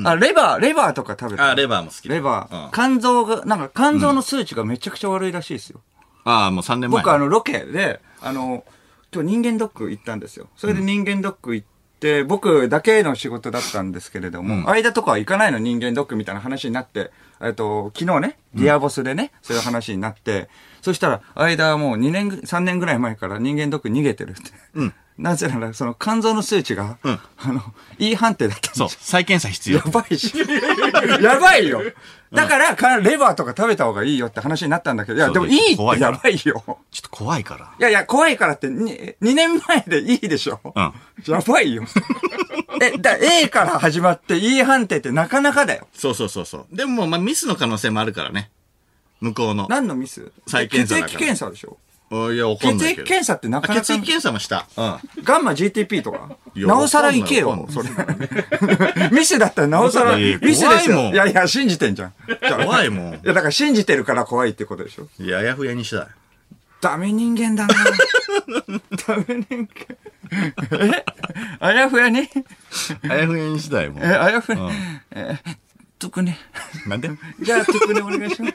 Speaker 2: あ、レバー、レバーとか食べた
Speaker 1: あ、レバーも好きだ。
Speaker 2: レバー、
Speaker 1: うん
Speaker 2: 肝臓が、なんか肝臓の数値がめちゃくちゃ悪いらしいですよ。
Speaker 1: ああ、もう3年前。
Speaker 2: 僕あのロケで、あの、今日人間ドック行ったんですよ。それで人間ドック行っで、僕だけの仕事だったんですけれども、
Speaker 1: うん
Speaker 2: 間とかは行かないの人間ドックみたいな話になって、えっと、昨日ね、ディアボスでね、そういう話になって、そしたら、間はもう2年、3年ぐらい前から人間ドック逃げてるって。
Speaker 1: うん
Speaker 2: なぜなら、その肝臓の数値が、
Speaker 1: うん
Speaker 2: あの、いい判定だったんです
Speaker 1: そ
Speaker 2: よ
Speaker 1: う。。再検査必
Speaker 2: や
Speaker 1: 要。
Speaker 2: ばいし。 やばいよ。だから、かレバーとか食べた方がいいよって話になったんだけど、いや、
Speaker 1: そう
Speaker 2: でもいいっ
Speaker 1: 怖
Speaker 2: て
Speaker 1: いか
Speaker 2: や
Speaker 1: ら
Speaker 2: ばいよ。
Speaker 1: ちょっと怖いから。
Speaker 2: いやいや、怖いからって2、2年前でいいでしょ。
Speaker 1: うん。
Speaker 2: や ばいよ。え、だ、A から始まって E 判定ってなかなかだよ。
Speaker 1: そうそうそうそう。でも、まあ、ミスの可能性もあるからね。向こうの。
Speaker 2: 何のミス
Speaker 1: 再検査だから
Speaker 2: 血液検査でしょ
Speaker 1: あいや、わ
Speaker 2: 血
Speaker 1: かんない
Speaker 2: 液
Speaker 1: けど。
Speaker 2: 検査ってなかな
Speaker 1: あ血
Speaker 2: か
Speaker 1: 液。検査もした。う
Speaker 2: ガンマ GTP とか。
Speaker 1: いや
Speaker 2: なおさらいけよ、
Speaker 1: わ
Speaker 2: そ
Speaker 1: か
Speaker 2: れ。 ミスだったらなおさら、
Speaker 1: いやいや
Speaker 2: ミスです
Speaker 1: 怖い
Speaker 2: よ。
Speaker 1: もん
Speaker 2: いやいや、信じてんじゃん。じゃ
Speaker 1: ん。
Speaker 2: あ
Speaker 1: 怖いもん
Speaker 2: い。や、だから信じてるから怖いってことでしょ
Speaker 1: いや、あやふやにしたい。
Speaker 2: ダメ人間 だな。ダメ人間。えあやふやに
Speaker 1: あやふやにしたいも
Speaker 2: え、
Speaker 1: ん。
Speaker 2: あやふや、
Speaker 1: うん
Speaker 2: えとくね。
Speaker 1: なんで
Speaker 2: じゃあ、特にお願いします。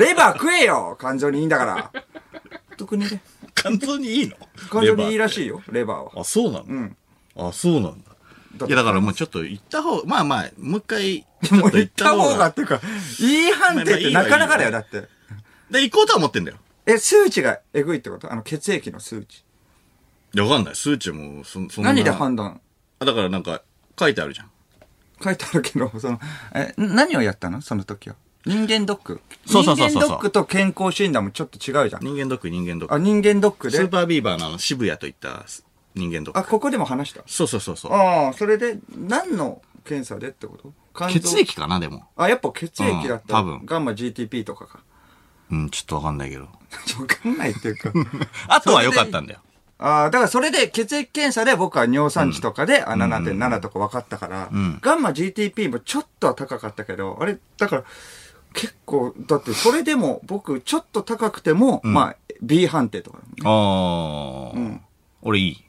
Speaker 2: レバー食えよ肝臓にいいんだから。特にね。
Speaker 1: 肝臓にいいの
Speaker 2: 肝臓にいいら
Speaker 1: い。
Speaker 2: しいよ、レバーは。
Speaker 1: あ、そうなの
Speaker 2: ん
Speaker 1: あ、そうなん
Speaker 2: だ
Speaker 1: だ。いや、だからもうちょっと行った方、まあまあ、もう一回、
Speaker 2: もう言った方がっ
Speaker 1: ちょっと行
Speaker 2: ていうか、いい判定ってなかなかだよ、だって。
Speaker 1: が。で、行こうとは思ってんだよ。
Speaker 2: え、数値がエグいってことあの、血液の数値。
Speaker 1: いや、わかんない。数値も、そ、そんな。
Speaker 2: 何で判断
Speaker 1: あだからなんか、書いてあるじゃん。
Speaker 2: 書いてあるけど、その、え、何をやったのその時は。人間ドック。
Speaker 1: そうそうそうそう
Speaker 2: 人間ドックと健康診断もちょっと違うじゃん。
Speaker 1: 人間ドック、人間ドッ
Speaker 2: あ、
Speaker 1: ク。
Speaker 2: 人間ドック
Speaker 1: スー
Speaker 2: で。
Speaker 1: パービーバーのあの渋谷といった人間ドッ
Speaker 2: あ、
Speaker 1: ク。
Speaker 2: ここでも話した。
Speaker 1: そうそうそうそう。
Speaker 2: ああ、それで、何の検査でってこと肝臓
Speaker 1: 血液かな、でも。
Speaker 2: あ、やっぱ血液だった。
Speaker 1: うん多分
Speaker 2: ガンマ GTP とかか。
Speaker 1: うん、ちょっとわかんないけど。
Speaker 2: わかんないっていうか。
Speaker 1: あとは良かったんだよ。
Speaker 2: ああ、だからそれで血液検査で僕は尿酸値とかで、あ、7.7とか分かったから、
Speaker 1: ん
Speaker 2: ガンマ GTP もちょっとは高かったけど、あれ、だから、結構、だってそれでも僕ちょっと高くても、まあ、B 判定とかだもん
Speaker 1: あ
Speaker 2: ね。
Speaker 1: あ、俺いい。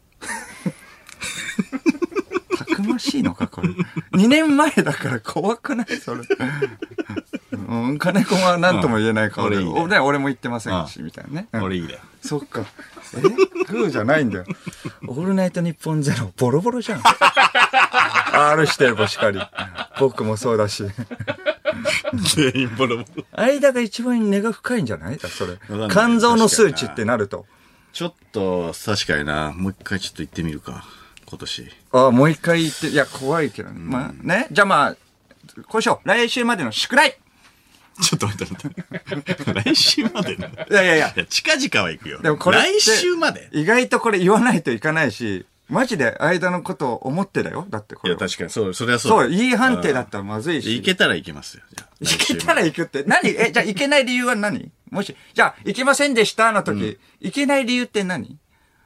Speaker 2: たくましいのか、これ。2年前だから怖くないそれ。うん、金子は何とも言えない顔で、
Speaker 1: うん俺いいね
Speaker 2: 俺俺も言ってませんし、みたいなね。うん
Speaker 1: 俺いいだよ。
Speaker 2: そっか。えグーじゃないんだよ。オールナイトニッポンゼロ、ボロボロじゃん。R してるばしかり。僕もそうだし。
Speaker 1: 全員ボロボロ。
Speaker 2: 間が一番根が深いんじゃないだそれ
Speaker 1: かんない。
Speaker 2: 肝臓の数値ってなると。
Speaker 1: ちょっと、確かにな。もう一回ちょっと行ってみるか。今年。
Speaker 2: ああ、もう一回言って、いや、怖いけどね。まあね。じゃあまあ、こうしよう。来週までの宿題
Speaker 1: ちょっと待って待って。来週までの。い
Speaker 2: いやいやいや。
Speaker 1: や、近々は行くよ。
Speaker 2: でもこれって
Speaker 1: 来週まで。
Speaker 2: 意外とこれ言わないといかないし、マジで間のことを思ってだよ。だってこ
Speaker 1: い
Speaker 2: れ
Speaker 1: や、
Speaker 2: は。
Speaker 1: 確かに、そう、それはそう。
Speaker 2: そう、いい判定だったらまずいし。
Speaker 1: 行けたら行けますよ。じゃあ
Speaker 2: 行けたら行くって。何え、じゃあ行けない理由は何もし、じゃあ行けませんでしたの時、行けない理由って何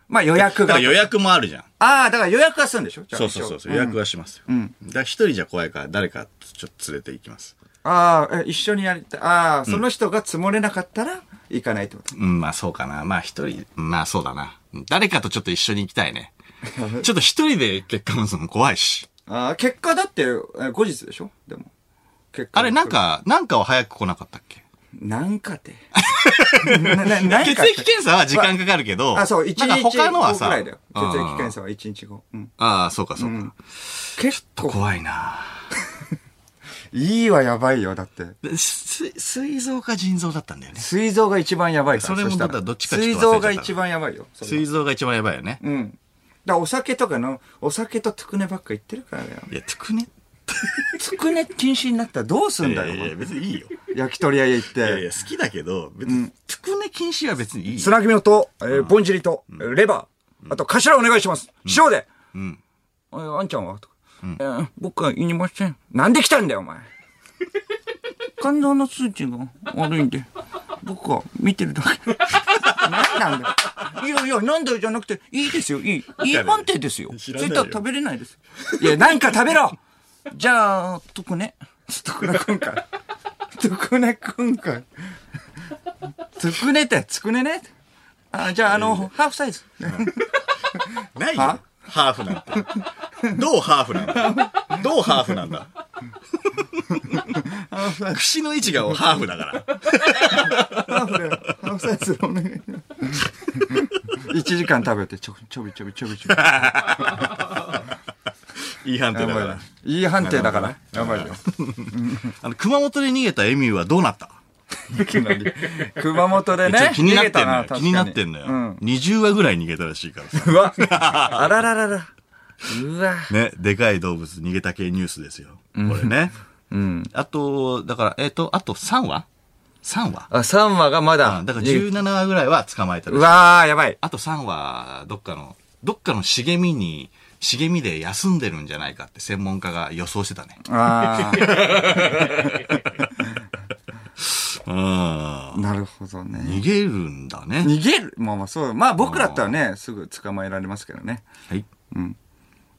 Speaker 2: まあ予約
Speaker 1: だか
Speaker 2: が。
Speaker 1: ら
Speaker 2: あ
Speaker 1: 予約もあるじゃん。
Speaker 2: あー、だから予約はするんでしょじゃあ
Speaker 1: そうそうそうそう、
Speaker 2: 一緒
Speaker 1: 予約はしますよ。だから一人じゃ怖いから、誰かちょっと連れて行きます。
Speaker 2: ああ、え一緒にやりたい。ああ、その人が積もれなかったら行かないってこと。
Speaker 1: うん、まあそうかな。まあ一人、まあそうだな。誰かとちょっと一緒に行きたい ね。ちょっと一人で結果待つのも怖いし。
Speaker 2: ああ、結果だって、え後日でしょでも。結果。
Speaker 1: あれ、なん。か、なんかは早く来なかったっけ
Speaker 2: なんかって。なななん
Speaker 1: 血
Speaker 2: かって
Speaker 1: 液検査は時間かかるけど、
Speaker 2: あ、そう、一
Speaker 1: なん
Speaker 2: 日
Speaker 1: か
Speaker 2: 後く
Speaker 1: 他のはさ、
Speaker 2: らいだよ。血液検
Speaker 1: 査。
Speaker 2: 査は一日後。うん。
Speaker 1: ああ、そうかそうか。
Speaker 2: 結構、
Speaker 1: 怖いな。
Speaker 2: いいはやばいよ、だって。
Speaker 1: です膵臓か腎臓だったんだよね。
Speaker 2: 膵臓が一番やばいから
Speaker 1: それも
Speaker 2: した
Speaker 1: だからどっちかちょっと忘れ
Speaker 2: 膵
Speaker 1: ちゃった
Speaker 2: 臓が一番やばいよ。それは
Speaker 1: 膵臓が一番やばいよね。
Speaker 2: うん。だからお酒とかの、お酒とつくねばっか言ってるからだよ。
Speaker 1: いや、つくね
Speaker 2: つくね禁止になったらどうすんだよ。
Speaker 1: いやいや、別にいいよ。
Speaker 2: 焼き鳥屋へ行っ
Speaker 1: いやいや、
Speaker 2: て。
Speaker 1: 好きだけど、別に、つくね禁止は別にいいよ
Speaker 2: つ。なぎのと、えーぼんじりと、レバー、あと頭お願いします。塩で。
Speaker 1: うん。
Speaker 2: えーあんちゃんはとか、えー僕は言いません。なんで来たんだよ、お前。 肝臓の数値が悪いんで、僕は見てるだけ。何なんだよ。いやいや、なんだよじゃなくて、いいですよ、いい。いい判定ですよ。そ
Speaker 1: 知
Speaker 2: し
Speaker 1: らない
Speaker 2: た
Speaker 1: よ
Speaker 2: ら食べれないです。いや、なんか食べろじゃあ、特ね。特ねくんか。特ねくんか。特ねって、つくねね。あ、じゃあ、あの、ハーフサイズ。
Speaker 1: ないよ
Speaker 2: は
Speaker 1: ハーフなんて。 どうハーフなんだどうハーフなん だ串の位置がハーフだから。
Speaker 2: ハーフで、ハーフサイズお願い。1時間食べて、ちょ、ちょびちょびちょびちょび。
Speaker 1: いい判定だか
Speaker 2: やばい
Speaker 1: ら
Speaker 2: な。いい判定だから。やばいよ。
Speaker 1: あの、熊本で逃げたエミューはどうなった
Speaker 2: いきなり熊本
Speaker 1: め
Speaker 2: で
Speaker 1: っちゃ
Speaker 2: ね。
Speaker 1: 気になってんの
Speaker 2: 逃
Speaker 1: よ
Speaker 2: げ。た
Speaker 1: 気になってんのよ。20話ぐらい逃げたらしいからさ。
Speaker 2: うわ。あらららら。うわ。
Speaker 1: ね、でかい動物逃げた系ニュースですよ。これね。
Speaker 2: うん。
Speaker 1: あと、だから、えっ、と、あと3話 ?3 話
Speaker 2: あ、3話がまだ。
Speaker 1: あだから17話ぐらいは捕まえたら
Speaker 2: う
Speaker 1: しい
Speaker 2: わー、やばい。
Speaker 1: あと3話、どっかの、どっかの茂みに、茂みで休んでるんじゃないかって専門家が予想してたね。
Speaker 2: あ
Speaker 1: うん。
Speaker 2: あ。なるほどね。
Speaker 1: 逃げるんだね。
Speaker 2: 逃げるまあまあそう。まあ僕だったらね、すぐ捕まえられますけどね。
Speaker 1: はい。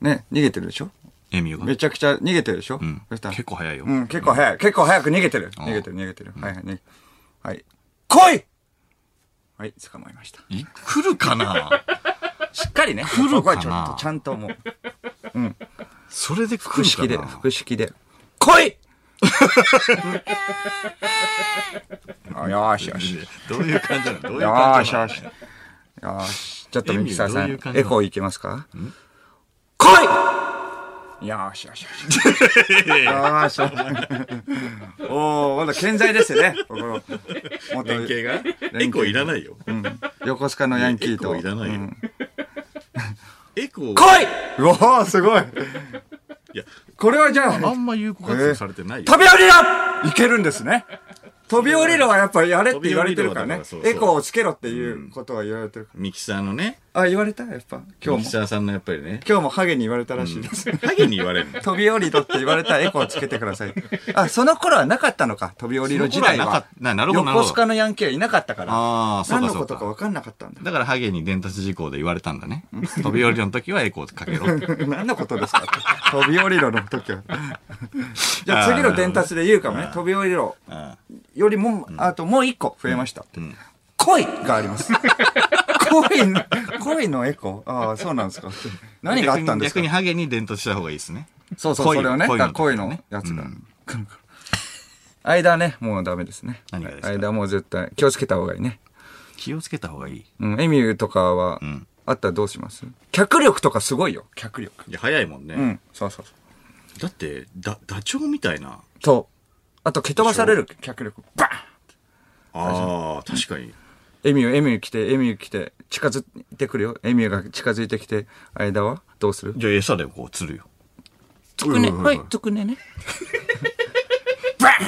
Speaker 2: ね、逃げてるでしょ
Speaker 1: エミューが
Speaker 2: め。ちゃくちゃ逃げてるでしょ
Speaker 1: うん
Speaker 2: そしたら
Speaker 1: 結構早いよ。
Speaker 2: うん、結構早い。結構早く逃げてる。
Speaker 1: ん
Speaker 2: 逃げてる、逃げてる。はいはい、逃げはい。来いはい、捕まえました。
Speaker 1: い来るかな
Speaker 2: しっかりね。来
Speaker 1: るかな
Speaker 2: ちょっとちゃんともう、
Speaker 1: それで来
Speaker 2: 腹式
Speaker 1: る
Speaker 2: で、
Speaker 1: かな
Speaker 2: 腹式で。来いあよーしよし。よ
Speaker 1: どういう感じなのどういう感
Speaker 2: ー
Speaker 1: じ
Speaker 2: し
Speaker 1: な
Speaker 2: よ
Speaker 1: の
Speaker 2: し。よーし。ちょっとミキサーさ
Speaker 1: エミューどういう感
Speaker 2: ん、
Speaker 1: じな
Speaker 2: エ
Speaker 1: の
Speaker 2: コーいけますか来いよーしよしよし。よーしよし。おー、まだ健在ですね。ここの元
Speaker 1: 連携が
Speaker 2: 携
Speaker 1: エコーいらないよ。
Speaker 2: 横須賀のヤンキーと。
Speaker 1: エコーいらないよ。エコー、
Speaker 2: 来いうわー、すごい。
Speaker 1: いや、
Speaker 2: これはじゃあ、
Speaker 1: あんま有効活用されてないよ。
Speaker 2: 飛び降りろいけるんですね。飛び降りろはやっぱやれって言われてるから
Speaker 1: 飛。び降りろはだか
Speaker 2: ね
Speaker 1: らそうそう
Speaker 2: エコーをつけろっていうことは言われてるか
Speaker 1: ミキサーのね、
Speaker 2: ら。あ、言われたやっぱ。今
Speaker 1: ミ
Speaker 2: 日
Speaker 1: キ
Speaker 2: も。
Speaker 1: サーさんのやっぱりね、
Speaker 2: 今日もハゲに言われたらしいです。
Speaker 1: ハゲに言われるの。
Speaker 2: 飛び降りろって言われたエコーをつけてください。あ、その頃はなかったのか。飛び降りろ自体
Speaker 1: その頃はな
Speaker 2: は
Speaker 1: か。っななるほど
Speaker 2: 横
Speaker 1: なるほど
Speaker 2: 須賀のヤンキーはいなかったから。
Speaker 1: ああ、そう
Speaker 2: 何
Speaker 1: かそ
Speaker 2: のこ
Speaker 1: う
Speaker 2: とか
Speaker 1: か。
Speaker 2: 分かんなかったんだ。
Speaker 1: だからハゲに伝達事項で言われたんだね。飛び降りの時はエコーかけろって。
Speaker 2: 何のことですかって飛び降りろの時は。じゃあ次の伝達で言うかもね。飛び降りろ。
Speaker 1: あ
Speaker 2: よりも、あともう一個増えましたって。恋があります。恋の、恋のエコああ、そうなんですか。何があったんで
Speaker 1: 逆
Speaker 2: す
Speaker 1: に逆
Speaker 2: か
Speaker 1: にハゲに伝達した方がいいですね。
Speaker 2: そうそう、それをね、
Speaker 1: 恋
Speaker 2: 恋
Speaker 1: の
Speaker 2: の恋のやつが。 間ね、もうダメですね。
Speaker 1: 何がですか
Speaker 2: 間もう絶対、気をつけた方がいいね。
Speaker 1: 気をつけた方がいい。
Speaker 2: うん、エミューとかは、
Speaker 1: ん
Speaker 2: あったらどうします脚力とかすごいよ、脚力。
Speaker 1: いや、早いもんね。
Speaker 2: うん、そうそうそう。
Speaker 1: だって、だ、ダチョウみたいな。
Speaker 2: そう。あと、蹴飛ばされる脚力。バーン
Speaker 1: ああ、確かに。
Speaker 2: エミュー、エミュー来て、エミュー来て、近づいてくるよ。エミューが近づいてきて、間はどうする
Speaker 1: じゃあ餌でこう釣るよ。
Speaker 2: つくね、
Speaker 1: うん
Speaker 2: はい、つくねね。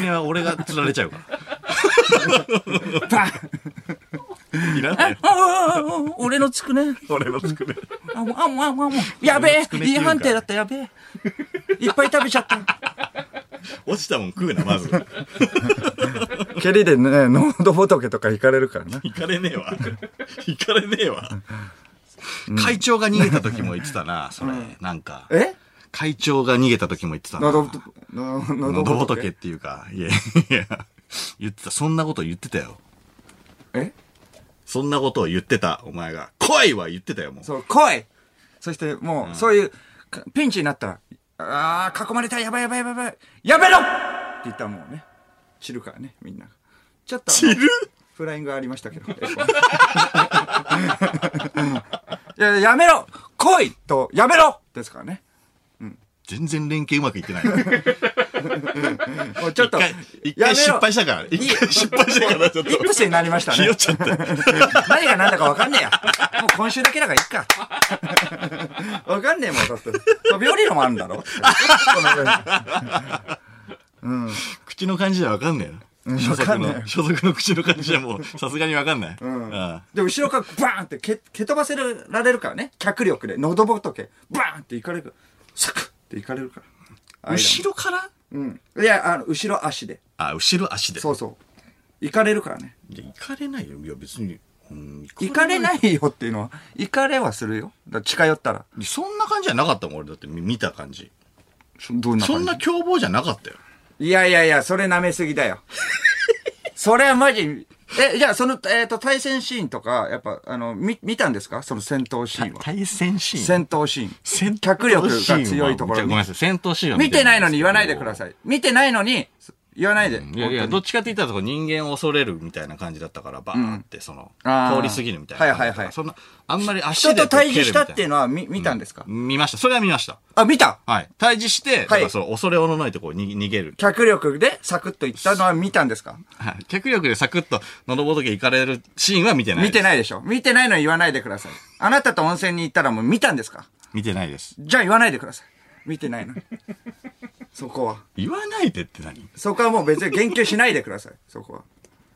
Speaker 1: いや、俺が釣られちゃうから。
Speaker 2: バン
Speaker 1: いらないよ。
Speaker 3: あああああ俺のつくね。
Speaker 1: 俺のつくね。
Speaker 3: あもうあもうあもうあもうやべ
Speaker 1: 俺のつく
Speaker 3: え
Speaker 1: ねって
Speaker 3: い
Speaker 1: い
Speaker 3: い
Speaker 1: うか
Speaker 3: 判定だったやべえいっぱい食べちゃった。
Speaker 1: 落ちたもん食うな、まず。
Speaker 2: 蹴りでね、ノード仏とか行かれるからな。
Speaker 1: 行かれねえわ。行かれねえわ。会長が逃げた時も言ってたな、それ。なんか。
Speaker 2: え
Speaker 1: 会長が逃げた時も言ってたな。
Speaker 2: ノード仏、ノー
Speaker 1: の
Speaker 2: ノ
Speaker 1: ど
Speaker 2: ード
Speaker 1: ぼとけっ
Speaker 2: 仏。
Speaker 1: ていうか、いや、いや、言ってた、そんなこと言ってたよ。
Speaker 2: え
Speaker 1: そんなことを言ってた、お前が。来いは言ってたよ、もう。
Speaker 2: そう、来いそしてもう、そういう、かピンチになったら、あー、囲まれた、やばいやばいやばいやばい、やめろって言ったらもうね、散るからね、みんな。ちょっとあの、
Speaker 1: る
Speaker 2: フライングありましたけど。い や、やめろ来いと、やめろですからね。
Speaker 1: 全然連携うまくいって ない。一
Speaker 2: もうちょっと、
Speaker 1: 回、一回失敗
Speaker 2: し
Speaker 1: したから。一回失敗したから、ちょっ
Speaker 2: イップ
Speaker 1: と。
Speaker 2: スになりましたね。
Speaker 1: ひよっちゃった。
Speaker 2: 何が何だか分かんねえや。もう今週だけだからいっか。 分かんねえもん、だって。飛び降りるのもあるんだろ。この上に
Speaker 1: 口の感じじゃわかんねえな。所
Speaker 2: わか
Speaker 1: 属
Speaker 2: んない
Speaker 1: の、所属の口の感じじゃもう、さすがにわかんない。うん。
Speaker 2: で、後ろからバーンって蹴蹴飛ばせられるからね。脚力で、喉仏、バーンっていかれる。サクッっていかれるから。
Speaker 1: 後ろから
Speaker 2: ろうん。いや、あの、後ろ足で。
Speaker 1: あ、後ろ足で。
Speaker 2: そうそう。いかれるからね。
Speaker 1: いや、行かれないよ。いや、別に。うん、
Speaker 2: いかれないよっていうのは、いかれはするよ。だから近寄ったら。
Speaker 1: そんな感じじゃなかったもん、俺だって見見た感じ。
Speaker 2: そどんな
Speaker 1: そん
Speaker 2: 感じ
Speaker 1: な凶暴じゃなかったよ。
Speaker 2: いやいやいや、それ舐めすぎ だよ。それはマジ、え、じゃあその、えっ、と、対戦シーンとか、やっぱ、あの、見、見たんですかその戦闘シーンは。
Speaker 1: 対戦シーン。
Speaker 2: 戦闘シーン。
Speaker 1: 戦闘
Speaker 2: 脚力が強いとこ
Speaker 1: シーンは
Speaker 2: ろ
Speaker 1: ごめんな
Speaker 2: に。
Speaker 1: さい、戦闘シーンは
Speaker 2: 見てないのに言わないでくだ
Speaker 1: い。
Speaker 2: さい。見てないのに、言わないで。
Speaker 1: いやいや、
Speaker 2: 本
Speaker 1: ど
Speaker 2: 当
Speaker 1: っ
Speaker 2: に
Speaker 1: ちかって言ったらその人間を恐れるみたいな感じだったから、バーってその、
Speaker 2: あー
Speaker 1: 通り過ぎるみたいな。
Speaker 2: はいはいはい
Speaker 1: そんな、あんまり足
Speaker 2: 人
Speaker 1: で
Speaker 2: と対
Speaker 1: 蹴るみ
Speaker 2: 峙した
Speaker 1: いな
Speaker 2: っていうのは見見たんですか
Speaker 1: 見ました。それは見ました。
Speaker 2: あ、見た
Speaker 1: はい。対峙して、だからその恐れおのないとこうに逃げる。
Speaker 2: 脚力でサクッといったのは見たんですか
Speaker 1: はい脚力でサクッと喉仏行かれるシーンは見てない。
Speaker 2: 見て
Speaker 1: い。
Speaker 2: ないでしょ見てないのは言わないでください。あなたと温泉に行ったらもう見たんですか
Speaker 1: 見てないです。
Speaker 2: じゃあ言わないでください。見 てないのに。そこは。
Speaker 1: 言わないでって何
Speaker 2: そこはもう別に言及しないでください。そこは。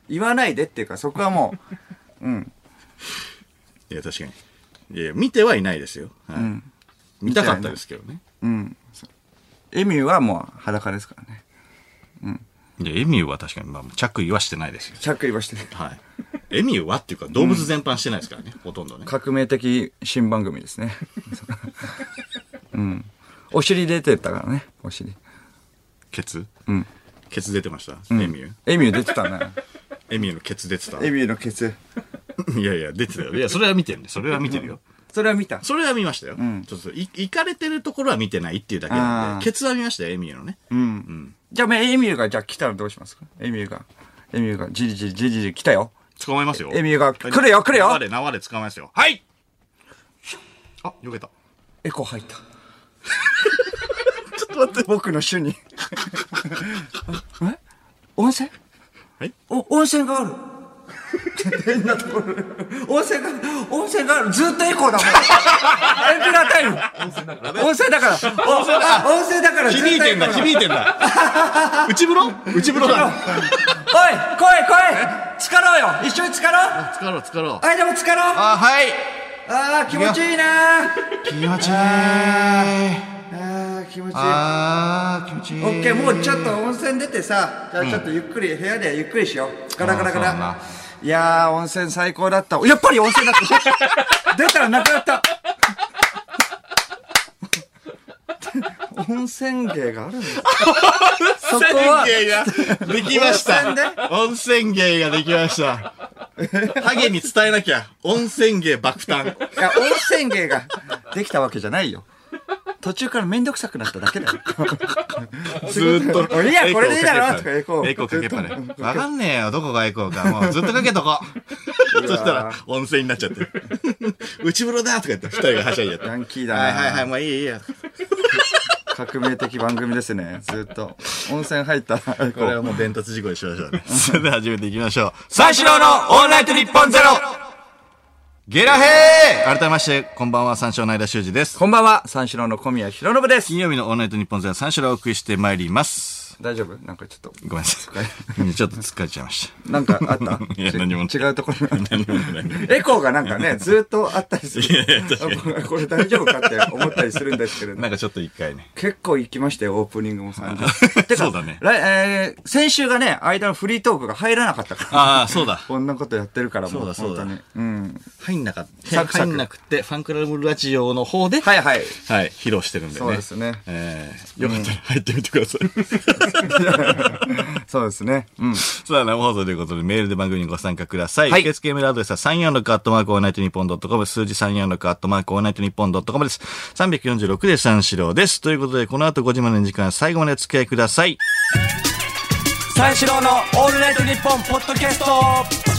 Speaker 2: 言わないでっていうか、そこはもう、
Speaker 1: いや、確かに。いやいや、見てはいないですよ。はい見たかったですけどね。
Speaker 2: うん。エミューはもう裸ですからね。
Speaker 1: いや、エミューは確かに、まあ、着衣はしてないですよ。
Speaker 2: 着衣はしてる。
Speaker 1: はい。エミューはっていうか、動物全般してないですからね、ほとんどね。
Speaker 2: 革命的新番組ですね。 うん。お尻出てたからね、お尻。
Speaker 1: ケツ
Speaker 2: うん。
Speaker 1: ケツ出てました、エミュー。
Speaker 2: エミュー出てたな。
Speaker 1: エミューのケツ出てた。
Speaker 2: エミューのケツ。
Speaker 1: いやいや、出てたよ。いや、それは見てるね。それは見てるよ。
Speaker 2: それは見た。
Speaker 1: それは見ましたよ。
Speaker 2: ん
Speaker 1: ちょっと、い、行かれてるところは見てないっていうだけなん
Speaker 2: あー
Speaker 1: で、ケツは見ましたよ、エミューのね。
Speaker 2: うん。じゃあ、エミューが、じゃあ来たらどうしますかエミューが。エミューが、じりじりじりじり来たよ。
Speaker 1: 捕まえますよ。
Speaker 2: エミューが、来るよ来るよ
Speaker 1: 縄で、縄で捕まえますよ。はいあ、よけた。
Speaker 2: エコー入った。ちょっと待って。僕の主に。 え温泉
Speaker 3: お、温泉 がある。
Speaker 2: 温泉が、温泉がある。ずっとエコーだもん。 エンペラータイム。温泉だから。温泉だから。温泉だから。
Speaker 1: 響いてんだ、
Speaker 2: ずっとエコー
Speaker 1: 響いてんだ。 内風呂内風呂だ。
Speaker 2: おい、来い来い。つかろうよ。一緒につかろう。
Speaker 1: 疲ろう、疲ろう。
Speaker 2: あ、でもつかろう。あ
Speaker 1: あ、はい。
Speaker 2: あー、気持ちいいなー
Speaker 1: 気持ちいい。あ
Speaker 2: あー、気持ちいい。
Speaker 1: ー、気持ちいい。
Speaker 2: オッケー、もうちょっと温泉出てさ、じゃあちょっとゆっくり、部屋でゆっくりしよう。ガラガラガ
Speaker 1: うんそうだ
Speaker 2: ラ。いやー、温泉最高だった。やっぱり温泉だった。出たらなくなった。温泉芸があるんだ。そこは
Speaker 1: 温泉芸ができました
Speaker 2: 温泉。
Speaker 1: 温泉芸ができました。ハゲに伝えなきゃ。温泉芸爆誕。
Speaker 2: いや、温泉芸ができたわけじゃないよ。途中からめんどくさくなっただけだよ。
Speaker 1: ずーっ と。
Speaker 2: いやこれでいいだろとか
Speaker 1: エ
Speaker 2: エ
Speaker 1: コ
Speaker 2: コ
Speaker 1: ー
Speaker 2: ー
Speaker 1: エコーかけっぱね。わかんねえよ、どこがエコーか。もうずっとかけとこ。そしたら、温泉になっちゃって。 内風呂だとか言って、二人がはしゃいじゃって。
Speaker 2: ヤンキーだな
Speaker 1: はいはいはい、もういいいいよ。
Speaker 2: 革命的番組ですね。ずっと。温泉入ったら、
Speaker 1: これはもう伝達事項にしましょうね。 それでは始めていきましょう。三四郎の
Speaker 3: オールナイト日本ゼロ
Speaker 1: ゲラヘー改めまして、こんばんは、三四郎の間修二です。
Speaker 2: こんばんは、三四郎の小宮浩信です。
Speaker 1: 金曜日のオールナイト日本勢は三四郎をお送りしてまいります。
Speaker 2: 大丈夫なんかちょっと。
Speaker 1: ごめんなさい。ちょっと疲れちゃいました。
Speaker 2: なんかあった
Speaker 1: いや
Speaker 2: ち
Speaker 1: 何もない
Speaker 2: 違うところにあっ た
Speaker 1: 何もない。
Speaker 2: エコーがなんか ね、ずっとあったりする。
Speaker 1: いやいや確か
Speaker 2: これ大丈夫かって思ったりするんですけれど。
Speaker 1: なんかちょっと一回ね。
Speaker 2: 結構行きましたよ、オープニングも30 てか
Speaker 1: そうだね
Speaker 2: 来えー先週がね、間のフリートークが入らなかった から。
Speaker 1: ああ、そうだ。
Speaker 2: こんなことやってるからもう。
Speaker 1: そうだそうだ
Speaker 2: 本当にうん。
Speaker 1: 入んなかった。
Speaker 2: サクサク
Speaker 1: 入んなくて、ファンクラブラジオの方で、はい、
Speaker 2: はいはい。
Speaker 1: 披露してるんでね。
Speaker 2: そうですね
Speaker 1: えーよかったら入ってみてください。
Speaker 2: そうですね。うん。
Speaker 1: さあ、生放送ということで、メールで番組にご参加ください。
Speaker 2: はい
Speaker 1: 受付メールアドレスは346アットマークオールナイトニッポンドットコム、数字346アットマークオールナイトニッポンドットコムです。346で三四郎です。ということで、この後5時までの時間、最後までお付き合いください。
Speaker 3: 三四郎のオールナイトニッポンポッドキャスト